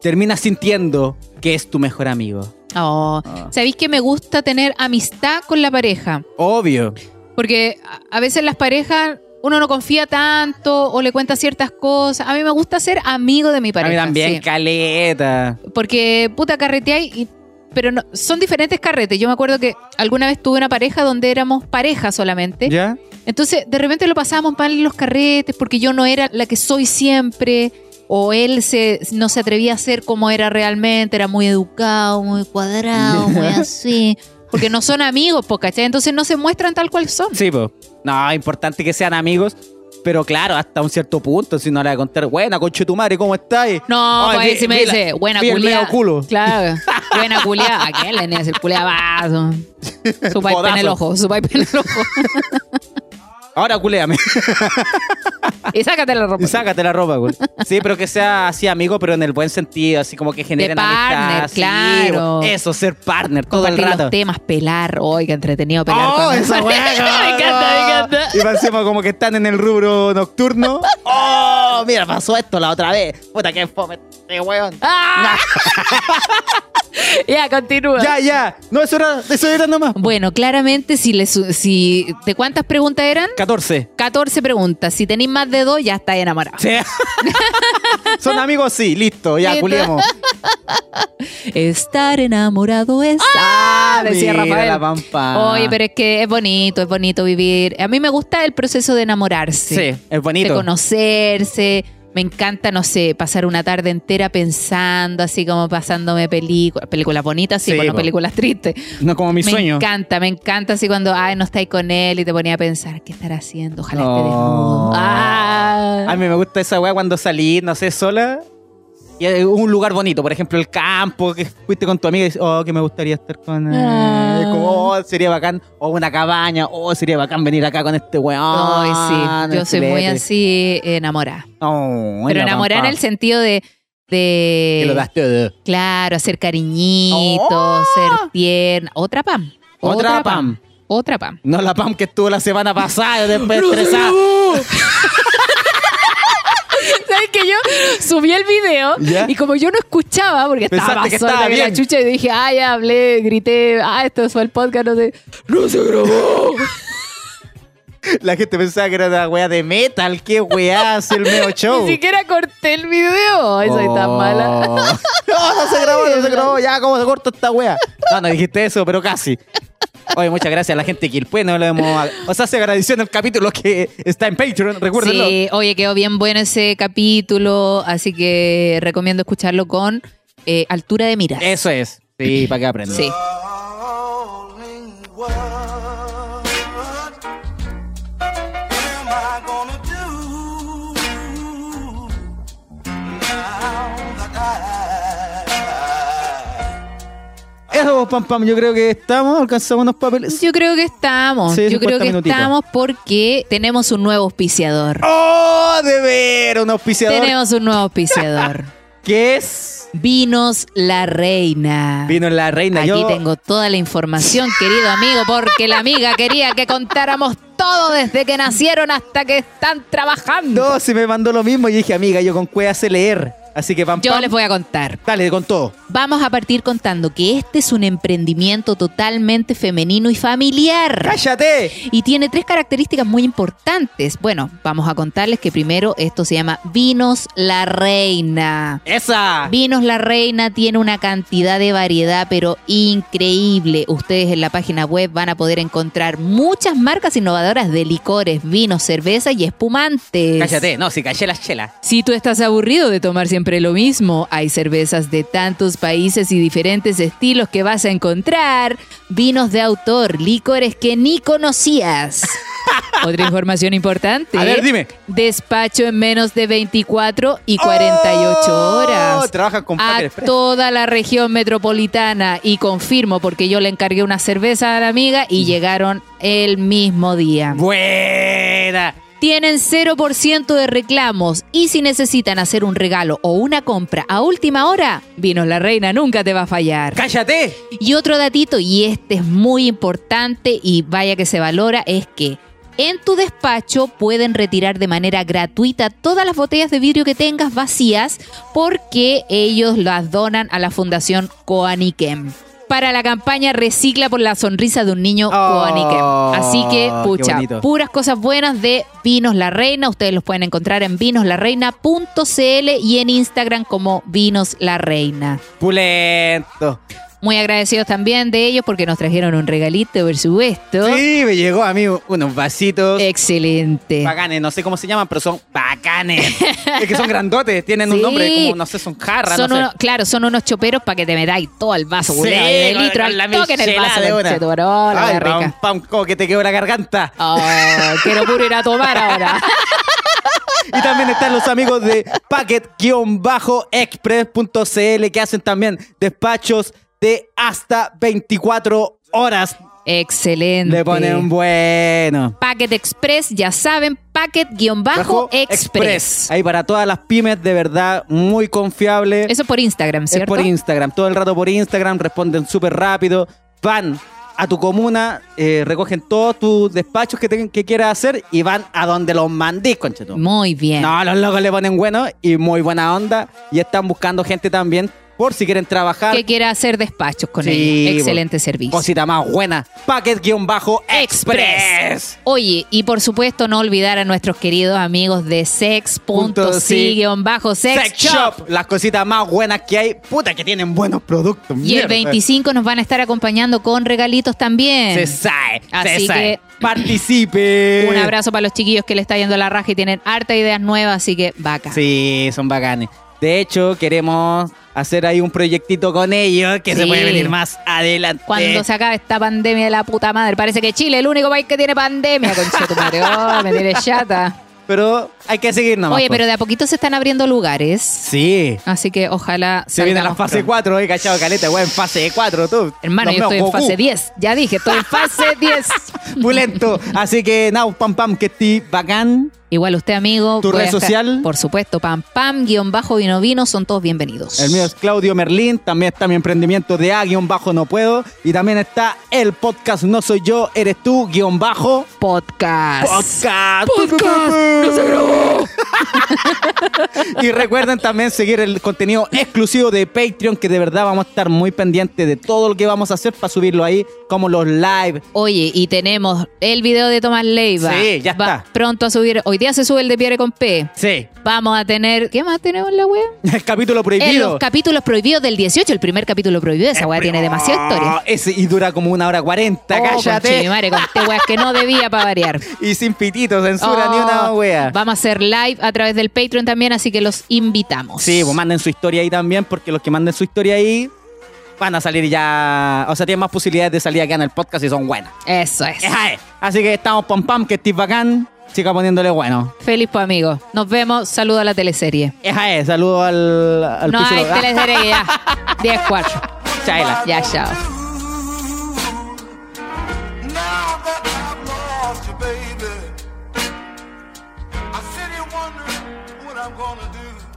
Terminas sintiendo que es tu mejor amigo.
Oh.
Ah.
¿Sabéis que me gusta tener amistad con la pareja?
Obvio.
Porque a- a veces las parejas uno no confía tanto o le cuenta ciertas cosas. A mí me gusta ser amigo de mi pareja.
A mí también,
sí.
caleta.
Porque, puta, carreteáis y- Pero no- son diferentes carretes. Yo me acuerdo que alguna vez tuve una pareja donde éramos pareja solamente.
¿Ya?
Entonces, de repente lo pasábamos mal en los carretes porque yo no era la que soy siempre. O él se, no se atrevía a ser como era realmente. Era muy educado, muy
*laughs*
cuadrado, muy así. Porque no son amigos, po, ¿cachai? Entonces no se muestran tal cual son.
Sí, pues. No, importante que sean amigos. Pero claro, hasta un cierto punto, si no le voy a contar, buena, conche tu madre, ¿cómo estás?
No,
Ay,
pues ahí
vi-
sí me
vi la-
dice, buena
vi el
culia.
medio culo. *laughs*
Claro, buena culia. ¿A quién le niegas el culia? Vaso. Su pipe en el
Codazo.
ojo, su pipe en el ojo.
Ahora culéame. *laughs*
Y sácate la ropa.
Y Sácate la ropa, güey. Sí, pero que sea así amigo, pero en el buen sentido, así como que generen
partner,
amistad. sí,
claro.
güey. Eso, ser partner todo el
Compartir
rato.
los temas, pelar. Oiga, entretenido pelar.
¡Oh,
con-
esa weá!
*laughs* me encanta, me encanta.
Y encima como que están en el
*laughs*
rubro nocturno. ¡Oh! Mira, pasó esto la otra vez. Puta, qué fome, qué weón.
¡Ah! *laughs* ya, continúa.
Ya, ya. No, eso era, eso era nomás.
Bueno, claramente, si, le su- si ¿de cuántas preguntas eran?
14.
14 preguntas. Si tenéis más de dos, ya estáis enamorados. *laughs*
Sí. Son amigos, sí. Listo, ya,
Listo.
culiamos.
Estar enamorado es. *laughs* ¡Ah! Decía
Mira
Rafael.
la pampa.
Oye, pero es que es bonito, es bonito vivir. A mí me gusta el proceso de enamorarse.
Sí, es
De
bonito.
conocerse. Me encanta, no sé, pasar una tarde entera pensando, así como pasándome películas, películas bonitas, sí,
Sí,
bueno,
po.
películas tristes.
No como mi
me
sueño.
encanta, me encanta así cuando, ay, no estáis con él y te ponía a pensar, ¿qué estará haciendo? Ojalá
No.
esté desnudo. Ah.
A mí me gusta esa weá cuando salí, no sé, sola. Y hay un lugar bonito, por ejemplo, el campo, que fuiste con tu amiga y dices, oh, que me gustaría estar con. él".
Ah.
Es Como, oh, sería bacán. O una cabaña, oh, sería bacán venir acá con este weón.
Ay, sí, yo
el
soy muy
Ah, filete".
así enamorada.
Oh,
Pero
la
enamorada en
pampa.
el sentido de... de
Que lo das todo.
Claro, hacer cariñitos,
¡Oh!
ser tierna. Otra pam.
Otra pam.
Otra pam.
No la pam que estuvo la
*laughs*
semana pasada, después estresada.
¿Sabes que yo subí el video
¿Ya?
y como yo no escuchaba porque estaba
Pensaste que
sorda
estaba
que la
bien.
chucha y dije, ah, ya hablé, grité, ah, esto fue el podcast, no sé. ¡No se grabó!
La gente pensaba que era una weá de metal. ¿Qué weá hace
*laughs*
el medio show?
Ni siquiera corté el video. Ay, soy
Oh.
tan *laughs* mala.
No, no se grabó, no se grabó. Ya, ¿cómo se corta esta wea? No, no dijiste eso, pero casi. Oye, muchas gracias a la gente de Quilpue. No lo hemos... O sea, se agradeció en el capítulo que está en Patreon, recuérdenlo.
Sí, oye, quedó bien bueno ese capítulo, así que recomiendo escucharlo con eh, altura de miras.
Eso es. Sí, para que aprendan.
Sí.
Darling, what
estamos, pues, pam, pam. Yo creo que estamos, alcanzamos unos papeles.
Yo creo que estamos.
Sí,
Yo creo
50
que
minutitos.
estamos porque tenemos un nuevo auspiciador.
¡Oh, de ver! Un auspiciador
Tenemos un nuevo
*laughs*
auspiciador.
que es...
Vinos La Reina.
Vino la reina.
Aquí
yo...
tengo toda la información, querido amigo, porque la amiga quería que contáramos todo desde que nacieron hasta que están trabajando.
No, si me mandó lo mismo y dije, amiga, yo con cueva sé leer. Así que pam,
Yo
pam.
les voy a contar.
Dale, con todo.
Vamos a partir contando que este es un emprendimiento totalmente femenino y familiar.
¡Cállate!
Y tiene tres características muy importantes. Bueno, vamos a contarles que primero esto se llama Vinos La Reina.
¡Esa!
Vinos La Reina tiene una cantidad de variedad, pero increíble. Ustedes en la página web van a poder encontrar muchas marcas innovadoras de licores, vinos, cerveza y espumantes.
Cállate, no, si callé las chelas.
Si tú estás aburrido de tomar siempre lo mismo, hay cervezas de tantos países y diferentes estilos que vas a encontrar, vinos de autor, licores que ni
*laughs*
conocías. Otra información importante.
A ver, dime.
Despacho en menos de 24 y 48
Oh,
horas.
trabajan con
A
Packer Express.
toda la región metropolitana y confirmo porque yo le encargué una cerveza a la amiga y llegaron el mismo día.
¡Buena!
Tienen 0% de reclamos y si necesitan hacer un regalo o una compra a última hora, Vinos La Reina nunca te va a fallar.
¡Cállate!
Y otro datito, y este es muy importante y vaya que se valora, es que en tu despacho pueden retirar de manera gratuita todas las botellas de vidrio que tengas vacías porque ellos las donan a la Fundación Coaniquem. Para la campaña Recicla por la sonrisa de un niño
Oh,
Coaniquem. Así que,
qué
pucha,
bonito.
puras cosas buenas de Vinos La Reina. Ustedes los pueden encontrar en vinoslareina.cl y en Instagram como Vinos La Reina.
Pulento.
Muy agradecidos también de ellos porque nos trajeron un regalito, por supuesto.
Sí, me llegó a mí unos vasitos
Eh, Excelente.
bacanes. No sé cómo se llaman, pero son
*laughs*
bacanes. es que son grandotes, tienen un
Sí.
nombre como, no sé, son jarras,
Son
no sé.
unos- claro, son unos choperos para que te metáis todo el vaso,
Sí,
culiao, de
con-
litro
con
al
la
toque en el
michelada
vaso,
de una.
conchetumaro, la
Ay,
wea
pam,
rica.
pam, como que te quedó la garganta.
Oh, quiero puro ir a tomar
*laughs*
ahora.
Y también están los amigos de packet-express.cl que hacen también despachos de hasta 24 horas.
Excelente.
Le ponen bueno.
Packet Express, ya saben,
Bajo
Packet-Express.
Ahí para todas las pymes, de verdad, muy confiable.
Eso por Instagram,
Es
¿cierto?
por Instagram, todo el rato por Instagram, responden súper rápido, van a tu comuna, eh, recogen todos tus despachos que, tengan- que quieras hacer y van a donde los mandís, conchetón.
Muy bien.
No, los locos le ponen bueno y muy buena onda y están buscando gente también por si quieren trabajar.
Que quiera hacer despachos con
Sí,
ellos.
bo-
Excelente servicio.
Cosita más buena. Packet-Express.
Oye, y por supuesto no olvidar a nuestros queridos amigos de sex.si-sex
Sex
shop.
Shop. Las cositas más buenas que hay. Puta que tienen buenos productos.
Y el 25 nos van a estar acompañando con regalitos también.
Se sabe. se
Así
sabe.
que-
Participe.
Un abrazo para los chiquillos que le está yendo la raja y tienen harta ideas nuevas, así que vaca.
Sí, son bacanes. De hecho, queremos hacer ahí un proyectito con ellos que se
Sí.
puede venir más adelante.
Cuando se acabe esta pandemia de la puta madre. Parece que Chile es el único país que tiene pandemia, conchetumare. Oh, me tiene chata.
Pero hay que seguir nomás.
Oye,
po.
pero de a poquito se están abriendo lugares.
Sí.
Así que ojalá
Se viene la
salgamos
fase
pronto.
4, eh, cachado caleta, weón, fase 4, tú.
Hermano,
Los
yo
meos
estoy en
Goku.
fase 10. Ya dije, estoy en
*laughs*
fase 10.
Pulento. Así que, now, pam, pam, que ti bacán.
Igual usted, amigo.
¿Tu
voy a
red
estar-
social?
Por supuesto, pam, pam, guión bajo, vino, vino, son todos bienvenidos.
El mío es Claudio Merlín, también está mi emprendimiento de A, guión bajo, no puedo. Y también está el podcast No Soy Yo, Eres Tú, guión bajo,
Podcast.
Podcast. ¡No se grabó! y recuerden también seguir el contenido exclusivo de Patreon, que de verdad vamos a estar muy pendientes de todo lo que vamos a hacer para subirlo ahí, como los live.
Oye, y tenemos el video de Tomás Leiva.
Sí, ya
Va
está.
Pronto a subir. Hoy día se sube el de Pierre con P.
Sí.
Vamos a tener. ¿Qué más tenemos en la web?
El capítulo
En
prohibido.
los capítulos prohibidos del 18, el primer capítulo prohibido. Esa weá tiene demasiada historia.
Ah, ese, y dura como una hora cuarenta,
Oh,
cállate.
conchetumare, conté weas que no debía para
*laughs*
variar.
Y sin pitito, censura ni una
Oh,
wea.
Vamos a hacer live a través del Patreon también, así que los invitamos.
Sí, pues manden su historia ahí también, porque los que manden su historia ahí van a salir ya. O sea, tienen más posibilidades de salir acá en el podcast y son buenas.
Eso es.
Ejá, eh. Así que estamos pam pam, que estés bacán. Chica poniéndole bueno.
Feliz pues amigo. Nos vemos. Saludo a la teleserie.
Eja, eh. Saludo al, al
no
*laughs* piso.
hay
Ah,
teleserie ya. 10-4.
Chaela.
Ya, chao.
Ooh.
I'm gonna do.